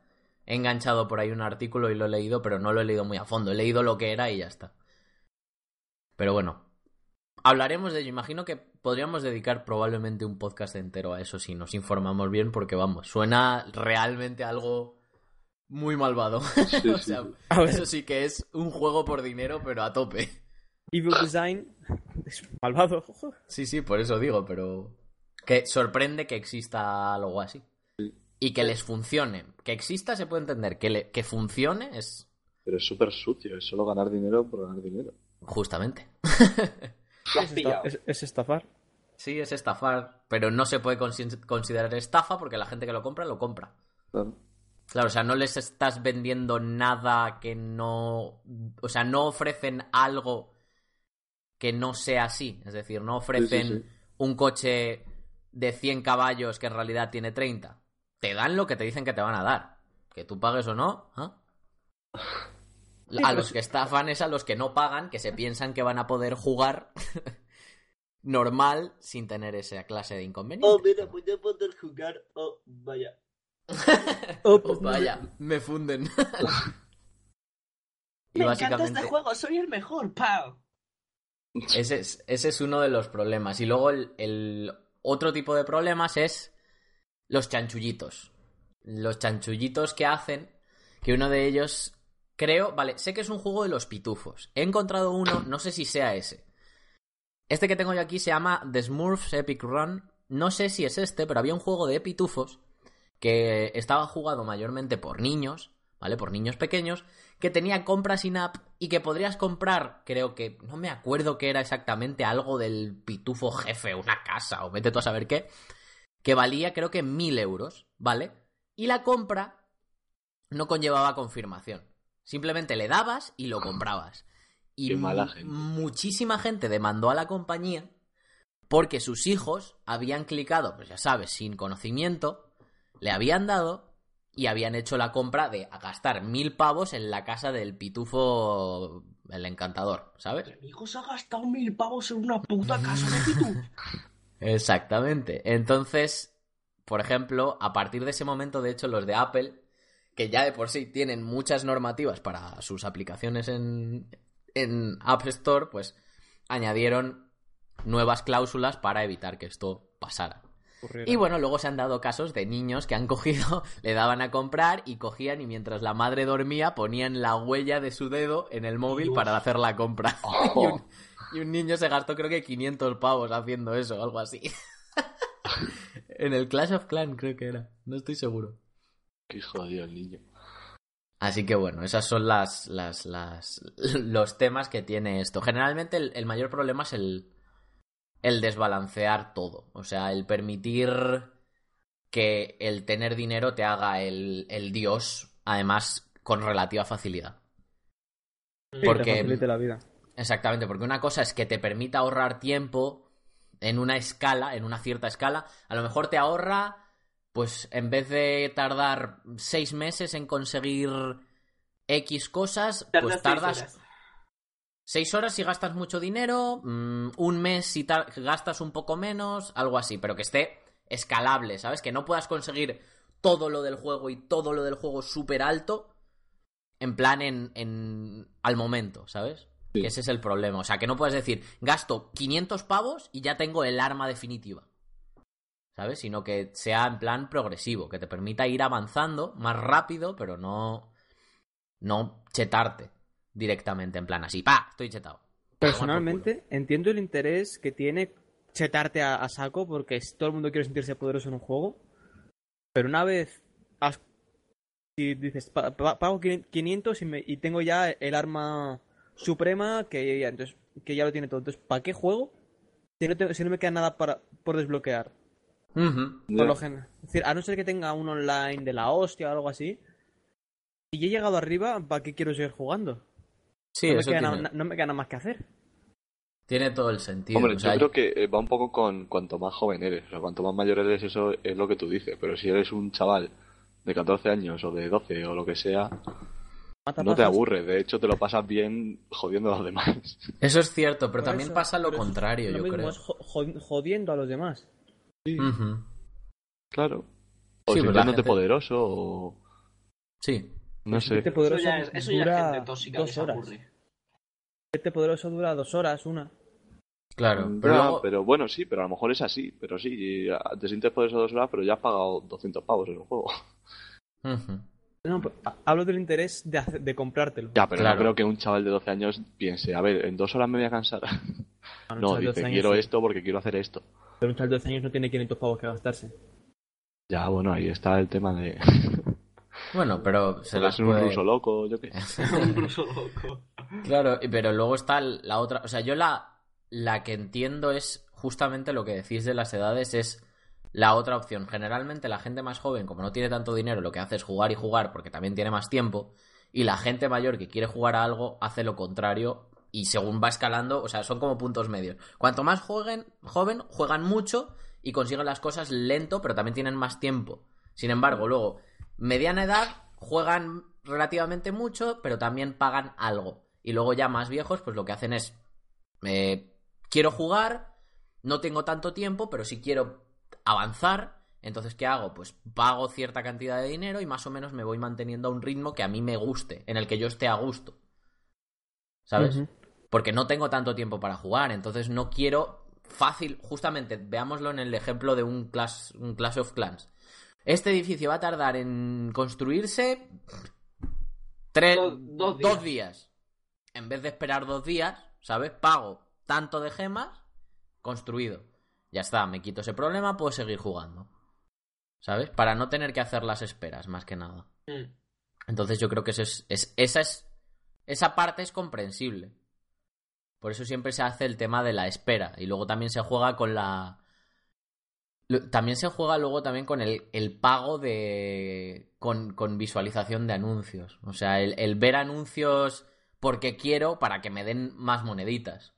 S3: He enganchado por ahí un artículo y lo he leído, pero no lo he leído muy a fondo. He leído lo que era y ya está. Pero bueno, hablaremos de ello. Imagino que podríamos dedicar probablemente un podcast entero a eso si nos informamos bien, porque vamos, suena realmente algo muy malvado.
S2: Sí,
S3: o
S2: sí.
S3: sea,
S5: A ver,
S3: eso sí que es un juego por dinero, pero a tope.
S5: Evil Design es malvado.
S3: Sí, sí, por eso digo, pero que sorprende que exista algo así. Y que les funcione. Que exista se puede entender. Que, le- que funcione es
S2: Pero es súper sucio, es solo ganar dinero por ganar dinero.
S3: justamente.
S1: Lo has pillado.
S5: Es, es estafar.
S3: Sí, es estafar, pero no se puede consi- considerar estafa porque la gente que lo compra lo compra.
S2: Claro.
S3: Claro, o sea, no les estás vendiendo nada que no... O sea, no ofrecen algo que no sea así. Es decir, no ofrecen
S2: sí.
S3: un coche de 100 caballos que en realidad tiene 30. Te dan lo que te dicen que te van a dar. Que tú pagues o no. ¿ah? A los que estafan es a los que no pagan, que se piensan que van a poder jugar normal sin tener esa clase de
S1: Oh,
S3: inconvenientes.
S1: mira, voy a poder jugar. Oh, vaya.
S3: Oh, vaya, me funden. y
S6: Me encanta
S3: básicamente
S6: este juego, soy el mejor, pao.
S3: ese es, ese es uno de los problemas. Y luego el, el otro tipo de problemas es los chanchullitos. Los chanchullitos que hacen, que uno de ellos creo, vale, sé que es un juego de los pitufos. He encontrado uno, no sé si sea ese. Este que tengo yo aquí se llama The Smurfs Epic Run. No sé si es este, pero había un juego de pitufos que estaba jugado mayormente por niños, ¿vale? Por niños pequeños, que tenía compras in-app y que podrías comprar, creo que, no me acuerdo que era exactamente algo del pitufo jefe, una casa o vete tú a saber qué, que valía creo que mil euros, ¿vale? Y la compra no conllevaba confirmación. Simplemente le dabas y lo comprabas. Y
S2: Qué mala
S3: mu-
S2: gente.
S3: muchísima gente demandó a la compañía porque sus hijos habían clicado, pues ya sabes, sin conocimiento, le habían dado y habían hecho la compra de gastar mil pavos en la casa del pitufo el encantador, ¿sabes?
S6: Mi hijo se ha gastado mil pavos en una puta casa de Pitu.
S3: Exactamente. Entonces, por ejemplo, a partir de ese momento, de hecho, los de Apple que ya de por sí tienen muchas normativas para sus aplicaciones en, en App Store, pues añadieron nuevas cláusulas para evitar que esto pasara.
S5: ocurriera.
S3: Y bueno, luego se han dado casos de niños que han cogido, le daban a comprar y cogían y mientras la madre dormía ponían la huella de su dedo en el móvil para hacer la compra. Y, un, y un niño se gastó creo que 500 pavos haciendo eso, algo así. en el Clash of Clans creo que era, no estoy seguro.
S2: Qué jodido el niño.
S3: Así que bueno, esas son las, las, las, los temas que tiene esto. Generalmente el, el mayor problema es el, el desbalancear todo. O sea, el permitir que el tener dinero te haga el, el dios, además con relativa facilidad.
S5: Sí,
S3: porque-
S5: te facilite la vida.
S3: Exactamente, porque una cosa es que te permita ahorrar tiempo en una escala, en una cierta escala. A lo mejor te ahorra, pues en vez de tardar seis meses en conseguir X cosas,
S6: Tardas
S3: pues
S6: seis
S3: tardas
S6: horas.
S3: Seis horas si gastas mucho dinero, mm, un mes si tar- gastas un poco menos, algo así, pero que esté escalable, ¿sabes? Que no puedas conseguir todo lo del juego y todo lo del juego súper alto en plan en, en- al momento, ¿sabes?
S2: Sí.
S3: Que ese es el problema. O sea, que no puedas decir, gasto 500 pavos y ya tengo el arma definitiva. ¿Sabes? Sino que sea en plan progresivo, que te permita ir avanzando más rápido, pero no, no chetarte directamente, en plan así, pa, estoy chetado.
S5: Personalmente, entiendo el interés que tiene chetarte a, a saco porque es- todo el mundo quiere sentirse poderoso en un juego. Pero una vez has- si dices, "Pa- pa- pago 500 y, me- y tengo ya el arma suprema que ya, entonces, que ya lo tiene todo. Entonces, ¿para qué juego? Si no, te- si no me queda nada para, por desbloquear.
S3: Ujú.
S5: Por lo gen- es decir, a no ser que tenga un online de la hostia o algo así. Si ya he llegado arriba, ¿para qué quiero seguir jugando?
S3: Sí,
S5: no, me
S3: eso
S5: queda
S3: tiene,
S5: na- no me queda nada más que hacer.
S3: tiene todo el sentido.
S2: Hombre,
S3: o sea,
S2: yo creo que eh, va un poco con cuanto más joven eres. O sea, cuanto más mayor eres, eso es lo que tú dices. Pero si eres un chaval de 14 años o de 12 o lo que sea,
S5: Mata
S2: no te
S5: pajas.
S2: aburres. De hecho, te lo pasas bien jodiendo a los demás.
S3: Eso es cierto, pero
S5: Por
S3: también
S5: eso,
S3: pasa lo
S5: pero es
S3: contrario,
S5: Lo
S3: yo
S5: mismo
S3: creo.
S5: es jo- jo- jodiendo a los demás.
S3: Ujú.
S2: Claro. O
S3: Mm. Sí, pero la
S2: sintiéndote
S3: gente-
S2: poderoso o...
S3: Sí.
S2: No sé.
S5: Este
S6: Eso
S5: poderoso
S6: ya es, eso ya es
S5: dura
S6: gente tóxica que
S5: dos
S6: se
S5: horas.
S6: aburre.
S5: Este poderoso dura dos horas, una.
S3: Claro,
S2: Ya, Pero,
S3: pero luego-
S2: bueno, sí, pero a lo mejor es así. Pero sí, y, ah, te sientes por eso dos horas, pero ya has pagado 200 pavos en el juego.
S3: Ujú.
S5: No, pero ha- hablo del interés de, hace- de comprártelo.
S2: Ya, pero
S3: Claro.
S2: no creo que un chaval de 12 años piense, a ver, en dos horas me voy a cansar.
S5: Un
S2: No,
S5: chaval de
S2: dice,
S5: 12 años
S2: quiero
S5: sí,
S2: esto porque quiero hacer esto.
S5: Pero un chaval de 12 años no tiene 500 pavos que gastarse.
S2: Ya, bueno, ahí está el tema de...
S3: Bueno, pero se
S2: Porque
S3: las
S2: es un
S3: puede...
S2: ruso loco, yo qué sé.
S6: Un ruso loco.
S3: Claro, y- pero luego está l- la otra. O sea, yo la, la que entiendo es justamente lo que decís de las edades, es la otra opción. Generalmente la gente más joven, como no tiene tanto dinero, lo que hace es jugar y jugar porque también tiene más tiempo. Y la gente mayor que quiere jugar a algo hace lo contrario y según va escalando, o sea, son como puntos medios. Cuanto más jueguen, joven, juegan mucho y consiguen las cosas lento, pero también tienen más tiempo. Sin embargo, luego, mediana edad, juegan relativamente mucho, pero también pagan algo. Y luego ya más viejos, pues lo que hacen es, eh, quiero jugar, no tengo tanto tiempo, pero sí quiero avanzar. Entonces, ¿qué hago? Pues pago cierta cantidad de dinero y más o menos me voy manteniendo a un ritmo que a mí me guste, en el que yo esté a gusto. ¿Sabes?
S5: Ujú.
S3: porque no tengo tanto tiempo para jugar, entonces no quiero fácil, justamente, veámoslo en el ejemplo de un Clash, un Clash of Clans. Este edificio va a tardar en construirse tres,
S6: Do- dos
S3: dos días. En vez de esperar dos días, ¿sabes? Pago tanto de gemas, construido. Ya está, me quito ese problema, puedo seguir jugando. ¿Sabes? Para no tener que hacer las esperas, más que nada.
S6: Mm.
S3: Entonces yo creo que eso es, es- esa es esa parte es comprensible. Por eso siempre se hace el tema de la espera y luego también se juega con la lo- también se juega luego también con el, el pago de con, con visualización de anuncios, o sea, el, el ver anuncios porque quiero para que me den más moneditas.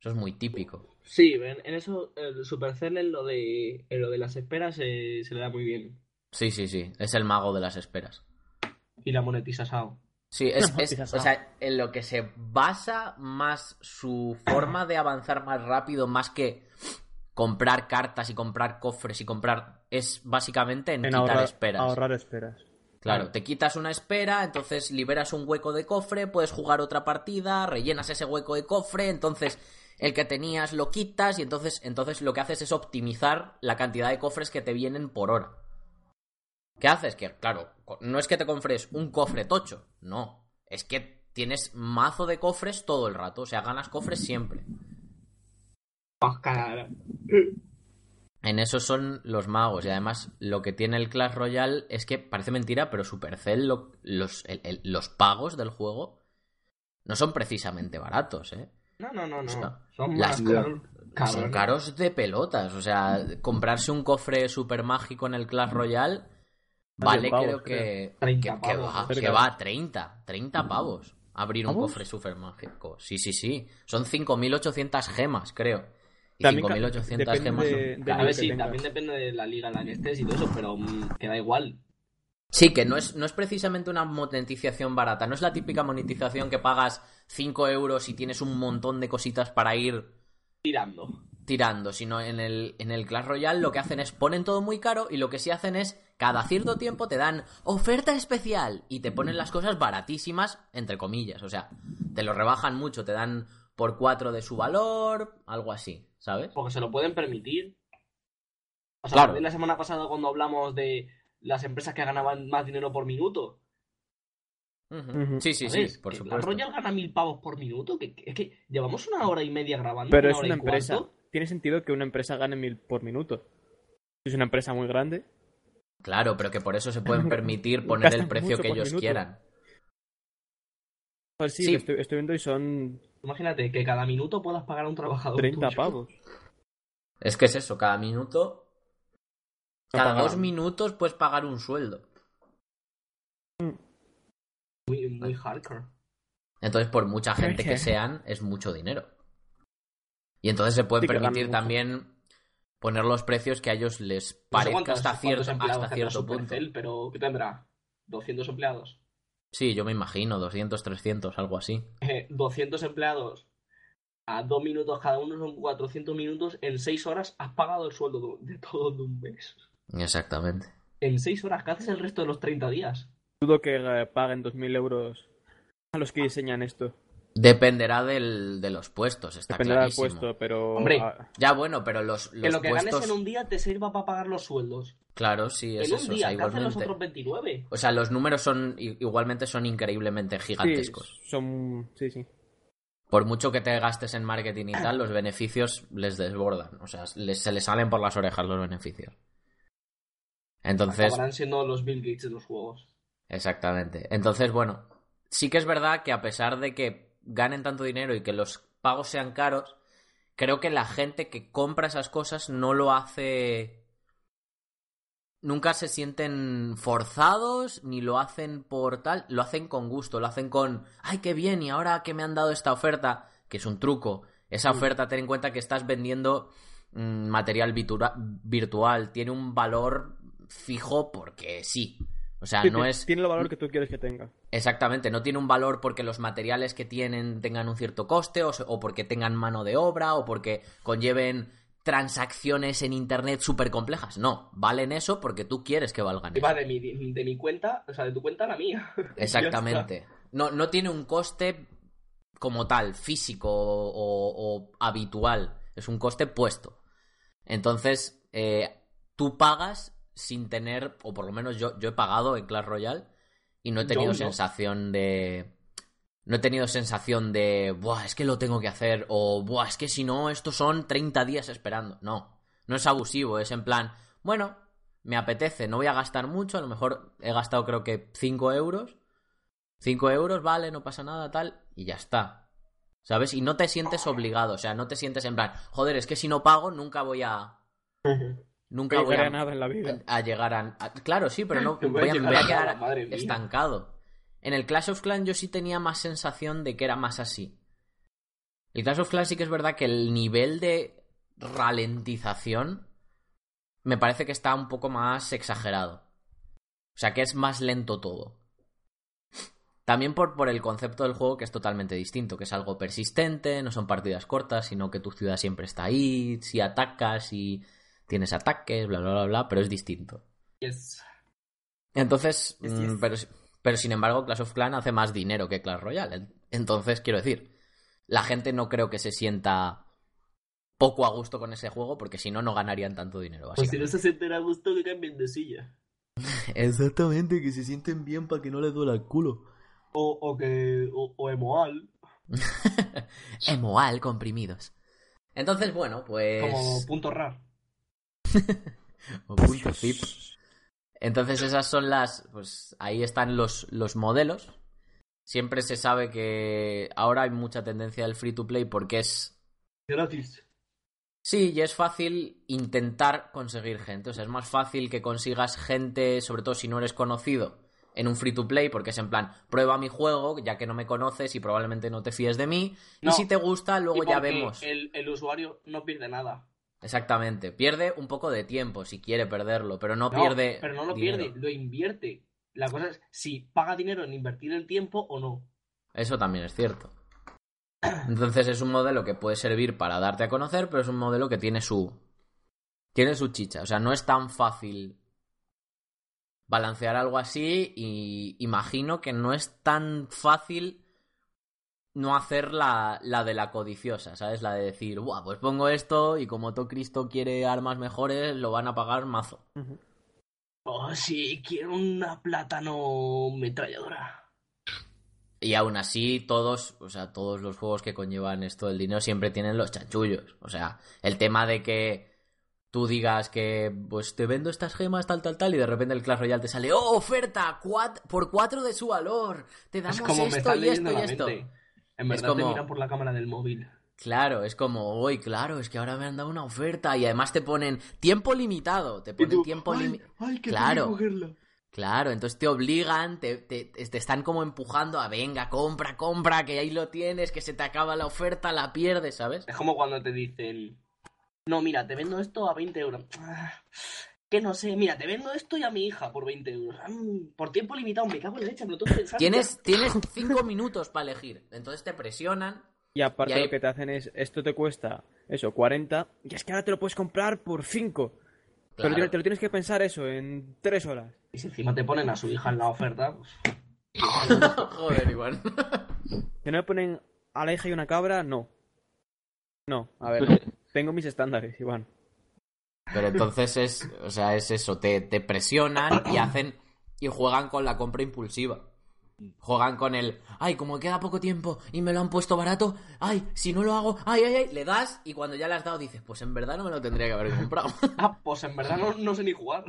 S3: Eso es muy típico.
S6: Sí, en, en eso el Supercell en lo de, en lo de las esperas eh, se le da muy bien.
S3: Sí, sí, sí, es el mago de las esperas.
S6: Y la monetiza Sao.
S3: Sí, es,
S5: No,
S3: es-
S5: quizás
S3: o
S5: no.
S3: sea, en lo que se basa más su forma de avanzar más rápido, más que comprar cartas y comprar cofres y comprar, es básicamente en,
S5: En
S3: quitar
S5: ahorrar,
S3: esperas.
S5: ahorrar esperas.
S3: Claro, te quitas una espera, entonces liberas un hueco de cofre, puedes jugar otra partida, rellenas ese hueco de cofre, entonces el que tenías lo quitas y entonces, entonces lo que haces es optimizar la cantidad de cofres que te vienen por hora. ¿Qué haces? Que, claro, co- no es que te compres un cofre tocho, no. Es que tienes mazo de cofres todo el rato, o sea, ganas cofres siempre.
S6: Oscar,
S3: En eso son los magos. Y además, lo que tiene el Clash Royale es que parece mentira, pero Supercell, lo- los, el- el- los pagos del juego no son precisamente baratos, ¿eh?
S6: No, no, no, no.
S3: Hostia.
S6: Son
S3: Las-
S6: más caros.
S3: Son
S6: cabrones.
S3: caros de pelotas. O sea, comprarse un cofre super mágico en el Clash Royale vale,
S5: pavos,
S3: creo que. que,
S6: 30
S3: que
S6: pavos,
S3: va,
S5: cerca. Mm.
S3: que va a 30. 30 pavos. Abrir un
S5: ¿Pavos?
S3: cofre super mágico. Sí, sí, sí. Son 5.800 gemas, creo. Y
S5: También ca-
S3: 5.800
S5: depende
S3: gemas son
S5: de- de
S3: caras.
S1: A ver, sí,
S5: tengas.
S1: también depende de la liga en la que estés y todo eso, pero mm, que da igual.
S3: Sí, que no es, no es precisamente una monetización barata, no es la típica monetización que pagas 5 euros y tienes un montón de cositas para ir
S1: Tirando.
S3: tirando, sino en el, en el Clash Royale lo que hacen es ponen todo muy caro y lo que sí hacen es cada cierto tiempo te dan oferta especial y te ponen las cosas baratísimas, entre comillas, o sea, te lo rebajan mucho, te dan por 4 de su valor, algo así, ¿sabes?
S1: Porque se lo pueden permitir. O sea,
S3: Claro.
S1: también la semana pasada cuando hablamos de las empresas que ganaban más dinero por minuto.
S3: Ujú.
S5: Ujú.
S3: Sí, sí, sí,
S1: ¿sabes?
S3: por
S1: Que
S3: supuesto.
S1: La Royal gana mil pavos por minuto. Que, que- es que llevamos una hora y media grabando.
S5: Pero es
S1: hora
S5: una
S1: y
S5: empresa.
S1: cuarto.
S5: Tiene sentido que una empresa gane mil por minuto. Si es una empresa muy grande.
S3: Claro, pero que por eso se pueden permitir poner el
S5: Gastan
S3: precio
S5: mucho
S3: que
S5: por
S3: ellos
S5: minuto.
S3: quieran.
S5: Pues sí,
S3: Sí.
S5: lo Estoy, estoy viendo y son
S1: Imagínate que cada minuto puedas pagar a un trabajador.
S5: 30
S1: tuyo.
S5: pavos.
S3: Es que es eso, cada minuto.
S5: Ha
S3: Cada
S5: pagado.
S3: dos minutos puedes pagar un sueldo.
S1: Muy, muy hardcore.
S3: Entonces, por mucha
S5: Pero
S3: gente
S5: es
S3: que
S5: que-
S3: sean, es mucho dinero. Y entonces se puede
S5: Sí, que ganan
S3: permitir
S5: mucho.
S3: también poner los precios que a ellos les
S1: No sé
S3: parezca
S1: cuántos-
S3: hasta
S1: cuántos
S3: cierto,
S1: empleados
S3: hasta
S1: tendrá
S3: cierto punto.
S1: Supercell, pero que tendrá 200 empleados.
S3: Sí, yo me imagino, 200, 300, algo así.
S1: Eh, 200 empleados a 2 minutos cada uno son 400 minutos. En 6 horas has pagado el sueldo de de todo de un mes.
S3: Exactamente.
S1: En 6 horas, ¿qué haces el resto de los 30 días?
S5: Dudo que eh, paguen 2.000 euros a los que diseñan esto.
S3: Dependerá del, de los puestos, está
S5: Dependerá del
S3: clarísimo.
S5: puesto, pero.
S1: Hombre.
S5: ah,
S3: Ya bueno, pero los,
S1: que
S3: los
S1: lo que
S3: puestos...
S1: ganes en un día te sirva para pagar los sueldos.
S3: Claro, sí, es
S1: en un
S3: eso. o
S1: día,
S3: sea,
S1: ¿qué hacen los
S3: igualmente-
S1: otros 29?
S3: O sea, los números son i- igualmente son increíblemente
S5: sí,
S3: gigantescos.
S5: son. Sí, sí.
S3: Por mucho que te gastes en marketing y tal, los beneficios les desbordan. O sea, les- se les salen por las orejas los beneficios. Entonces,
S1: Acabarán siendo los Bill Gates de los juegos.
S3: exactamente. Entonces, bueno, sí que es verdad que a pesar de que ganen tanto dinero y que los pagos sean caros, creo que la gente que compra esas cosas no lo hace... Nunca se sienten forzados, ni lo hacen por tal, lo hacen con gusto, lo hacen con, ay, qué bien, y ahora que me han dado esta oferta, que es un truco,
S5: Mm.
S3: esa oferta, ten en cuenta que estás vendiendo mm, material vitura- virtual, tiene un valor fijo porque sí. O sea,
S5: Sí,
S3: Ah, no
S5: ti-
S3: es... Ah,
S5: Tiene el valor que tú quieres que tenga.
S3: Exactamente, no tiene un valor porque los materiales que tienen tengan un cierto coste o, se- o porque tengan mano de obra o porque conlleven transacciones en Internet súper complejas. No, valen eso porque tú quieres que valgan
S1: Y
S3: eso.
S1: va de mi, de mi cuenta, o sea, de tu cuenta a la mía.
S3: Exactamente. No, no tiene un coste como tal, físico o, o- o habitual. Es un coste puesto. Entonces, eh, tú pagas sin tener, o por lo menos yo, yo he pagado en Clash Royale y no he
S1: Yo
S3: tenido
S1: no.
S3: sensación de... No he tenido sensación de, buah, es que lo tengo que hacer, o buah, es que si no, estos son 30 días esperando. No, no es abusivo, es en plan, bueno, me apetece, no voy a gastar mucho, a lo mejor he gastado creo que 5 euros, 5 euros, vale, no pasa nada, tal, y ya está. ¿Sabes? Y no te sientes obligado, o sea, no te sientes en plan, joder, es que si no pago nunca voy a... Nunca
S5: No
S3: voy
S5: llegaré a
S3: a,
S5: nada en la vida.
S3: a llegar a, a- Claro, sí, pero no
S1: Voy a
S3: voy a,
S1: llegar
S3: voy a
S1: a nada,
S3: quedar
S1: madre mía.
S3: estancado. En el Clash of Clans yo sí tenía más sensación de que era más así. El Clash of Clans sí que es verdad que el nivel de ralentización me parece que está un poco más exagerado. O sea, que es más lento todo. También por, por el concepto del juego que es totalmente distinto, que es algo persistente, no son partidas cortas, sino que tu ciudad siempre está ahí, si atacas, si tienes ataques, bla, bla, bla, bla, pero es distinto.
S1: Yes.
S3: Entonces,
S8: Yes,
S3: mm,
S8: yes.
S3: Pero, pero sin embargo, Clash of Clans hace más dinero que Clash Royale. Entonces, quiero decir, la gente no creo que se sienta poco a gusto con ese juego porque si no, no ganarían tanto dinero.
S1: Pues si no
S3: básicamente.
S1: se sienten a gusto, que cambien de silla.
S3: Exactamente, que se sienten bien para que no les duela el culo.
S1: O, o que. O, o Emoal.
S3: Emoal comprimidos. Entonces, bueno, pues.
S1: Como punto rar.
S3: o punto zip. Entonces esas son las, pues ahí están los, los modelos. Siempre se sabe que ahora hay mucha tendencia del free to play porque es...
S1: Gratis.
S3: Sí, y es fácil intentar conseguir gente. O sea, es más fácil que consigas gente, sobre todo si no eres conocido, en un free to play porque es en plan, prueba mi juego, ya que no me conoces y probablemente no te fíes de mí.
S1: No.
S3: Y si te gusta, luego
S1: Y
S3: ya
S1: porque
S3: vemos.
S1: El, el usuario no pierde nada.
S3: Exactamente. Pierde un poco de tiempo si quiere perderlo, pero no,
S1: No,
S3: pierde...
S1: Pero no lo
S3: dinero.
S1: pierde, lo invierte. La cosa es si paga dinero en invertir el tiempo o no.
S3: Eso también es cierto. Entonces es un modelo que puede servir para darte a conocer, pero es un modelo que tiene su. Tiene su chicha. O sea, no es tan fácil balancear algo así. Y imagino que no es tan fácil no hacer la, la de la codiciosa, ¿sabes? La de decir, Buah, pues pongo esto y como todo Cristo quiere armas mejores, lo van a pagar mazo.
S1: Oh, sí, quiero una plátano metralladora.
S3: Y aún así, todos, o sea, todos los juegos que conllevan esto del dinero siempre tienen los chanchullos. O sea, el tema de que tú digas que, pues te vendo estas gemas, tal, tal, tal, y de repente el Clash Royale te sale, oh, oferta, cuat- por cuatro de su valor, te damos
S1: es como me
S3: esto
S1: está
S3: y esto
S1: leyendo
S3: y
S1: la
S3: esto.
S1: mente. En verdad te
S3: como-
S1: miran por la cámara del móvil.
S3: Claro, es como, uy, claro, es que ahora me han dado una oferta y además te ponen tiempo limitado, te ponen tiempo limitado.
S7: ay, que
S3: Claro.
S7: tengo que cogerla.
S3: Claro, entonces te obligan, te, te, te están como empujando a venga, compra, compra, que ahí lo tienes, que se te acaba la oferta, la pierdes, ¿sabes?
S1: Es como cuando te dicen, no, mira, te vendo esto a 20 euros. Ah, Que no sé, mira, te vendo esto y a mi hija por 20 euros. Ah, mm, Por tiempo limitado, me cago en la leche, pero tú pensaste...
S3: Tienes, tienes cinco minutos para elegir, entonces te presionan.
S5: Y aparte
S3: Y ahí-
S5: lo que te hacen es, esto te cuesta, eso, 40, y es que ahora te lo puedes comprar por 5. Pero
S3: Claro.
S5: te, te lo tienes que pensar eso, en 3 horas.
S1: Y si encima te ponen a su hija en la oferta, pues,
S3: Joder, Iván.
S5: Que no me ponen a la hija y una cabra, no. No, a
S3: Pues
S5: ver, tengo mis estándares, Iván.
S3: Pero entonces es, o sea, es eso, te, te presionan y hacen y juegan con la compra impulsiva. Juegan con el, ay, como queda poco tiempo y me lo han puesto barato, ay, si no lo hago, ay, ay, ay, le das y cuando ya le has dado dices, pues en verdad no me lo tendría que haber comprado.
S1: ah, pues en verdad no, no sé ni jugar.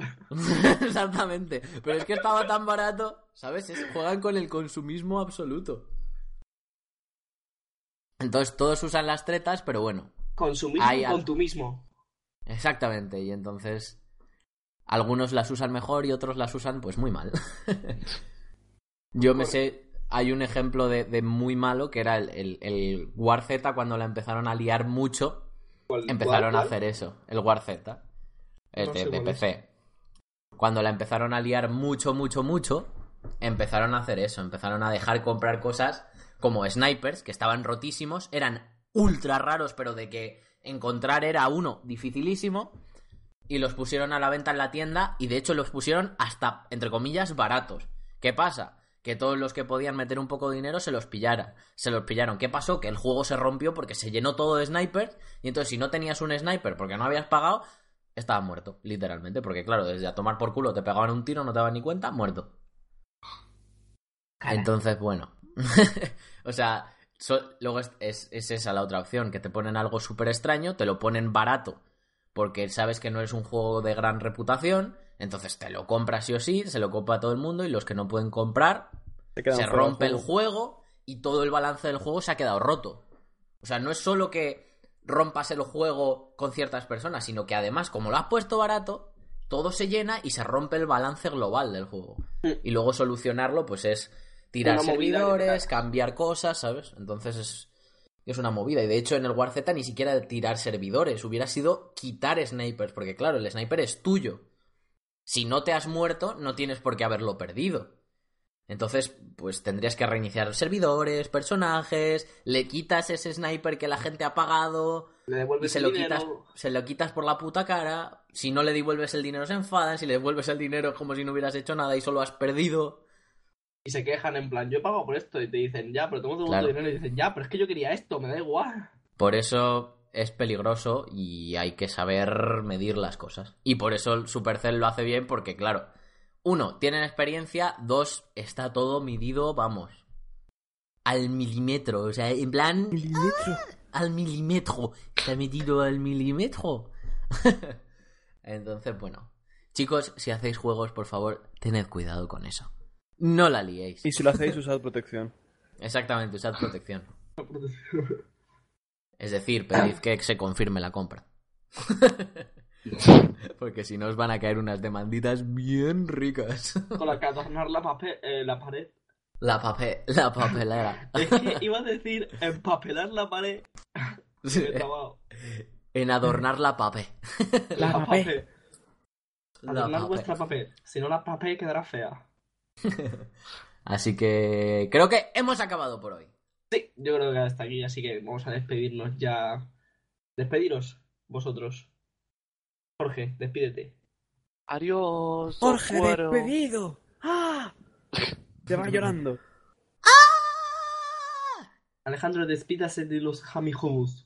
S3: Exactamente. Pero es que estaba tan barato, ¿sabes? Es- juegan con el consumismo absoluto. Entonces todos usan las tretas, pero bueno,
S1: Consumir
S3: Ay, al-
S1: con tu mismo.
S3: exactamente. Y entonces algunos las usan mejor y otros las usan pues muy mal. Yo me sé, hay un ejemplo de, de muy malo que era el, el, el War Z cuando la empezaron a liar mucho. Empezaron a hacer eso, el War Z. El
S1: No
S3: de,
S1: sé
S3: de
S1: cuál es.
S3: PC. Cuando la empezaron a liar mucho, mucho, mucho, empezaron a hacer eso. Empezaron a dejar comprar cosas como snipers, que estaban rotísimos, eran ultra raros, pero de que encontrar era uno dificilísimo. Y los pusieron a la venta en la tienda y de hecho los pusieron hasta, entre comillas, baratos. ¿Qué pasa? Que todos los que podían meter un poco de dinero se los pillaron. Se los pillaron. ¿Qué pasó? Que el juego se rompió porque se llenó todo de snipers. Y entonces, si no tenías un sniper porque no habías pagado, estabas muerto, literalmente. Porque, claro, desde a tomar por culo te pegaban un tiro, no te daban ni cuenta, muerto.
S6: Cara.
S3: Entonces, bueno. o sea, so- luego es, es- es esa la otra opción: que te ponen algo súper extraño, te lo ponen barato porque sabes que no es un juego de gran reputación. Entonces te lo compras sí o sí, se lo compra todo el mundo y los que no pueden comprar,
S5: Te quedan
S3: se
S5: fuera del
S3: rompe el juego y todo el balance del juego se ha quedado roto. O sea, no es solo que rompas el juego con ciertas personas, sino que además, como lo has puesto barato, todo se llena y se rompe el balance global del juego. Y luego solucionarlo, pues es tirar
S1: Mm. Una movida
S3: servidores,
S1: que-
S3: cambiar cosas, ¿sabes? Entonces es, es una movida. Y de hecho, en el War Z ni siquiera tirar servidores, hubiera sido quitar snipers, porque claro, el sniper es tuyo. Si no te has muerto, no tienes por qué haberlo perdido. Entonces, pues tendrías que reiniciar servidores, personajes, le quitas ese sniper que la gente ha pagado,
S1: Le
S3: y
S1: devuelves
S3: se
S1: el
S3: lo,
S1: dinero.
S3: quitas, se lo quitas por la puta cara. Si no le devuelves el dinero, se enfadan. Si le devuelves el dinero, es como si no hubieras hecho nada y solo has perdido.
S1: Y se quejan en plan, yo he pagado por esto. Y te dicen, ya, pero te hemos devuelto
S3: Claro.
S1: dinero. Y dicen, ya, pero es que yo quería esto, me da igual.
S3: Por eso es peligroso y hay que saber medir las cosas. Y por eso el Supercell lo hace bien, porque, claro, uno, tienen experiencia, dos, está todo medido, vamos, al milímetro. O sea, en plan, ¡ah! al milímetro. Está medido al milímetro. Entonces, bueno. Chicos, si hacéis juegos, por favor, tened cuidado con eso. No la liéis.
S5: Y si lo hacéis, usad protección.
S3: Exactamente, usad protección. Es decir, pedid que se confirme la compra. Porque si no os van a caer unas demanditas bien ricas.
S1: Con la que adornar la, pape- eh, la pared.
S3: La pape- la papelera.
S1: Es que iba a decir, empapelar la pared. Me he trabado.
S3: en adornar la papel.
S5: La papé.
S3: La
S1: Adornar
S3: papé.
S1: vuestra papel. Si no, la papel quedará fea.
S3: Así que creo que hemos acabado por hoy.
S1: Sí, yo creo que hasta aquí, así que vamos a despedirnos ya. Despediros, vosotros. Jorge, despídete.
S2: Adiós.
S4: Jorge,
S2: Software.
S4: despedido.
S5: ¡Ah! Te va llorando.
S1: Alejandro, despídase de los amigos.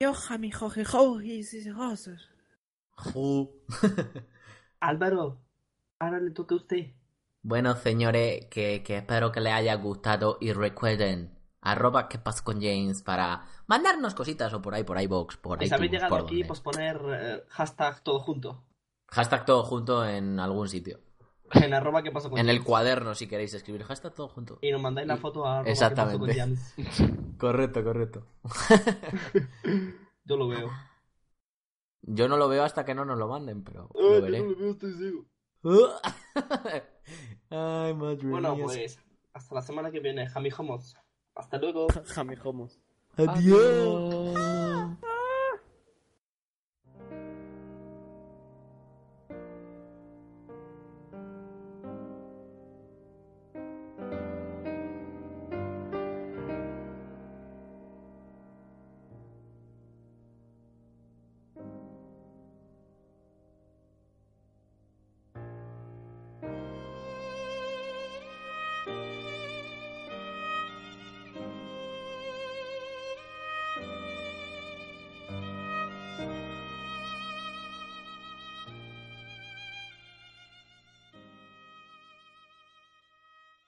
S4: Yo, mi Jorge, Jorge, y sus cosas.
S3: Ju.
S1: Álvaro, ahora le toca a usted.
S3: Bueno, señores, que, que espero que les haya gustado y recuerden arroba que pas con James para mandarnos cositas o por ahí, por iVoox, por
S1: Si habéis
S3: iTunes,
S1: llegado
S3: por
S1: aquí,
S3: donde.
S1: pues poner eh, hashtag todo junto.
S3: Hashtag todo junto en algún sitio.
S1: En arroba que pasó con
S3: En el
S1: James.
S3: cuaderno si queréis escribir hashtag todo junto.
S1: Y nos mandáis la foto a arroba
S3: Exactamente.
S1: qué pasó con James.
S3: Correcto, correcto.
S1: Yo lo veo.
S3: Yo no lo veo hasta que no nos lo manden, pero
S1: Ay,
S3: lo
S1: yo no
S3: veré.
S1: lo veo, estoy ciego.
S3: Ay, madre
S1: Bueno,
S3: mía.
S1: pues hasta la semana que viene, Jami Homos. Hasta luego.
S5: Jami Homos.
S3: Adiós.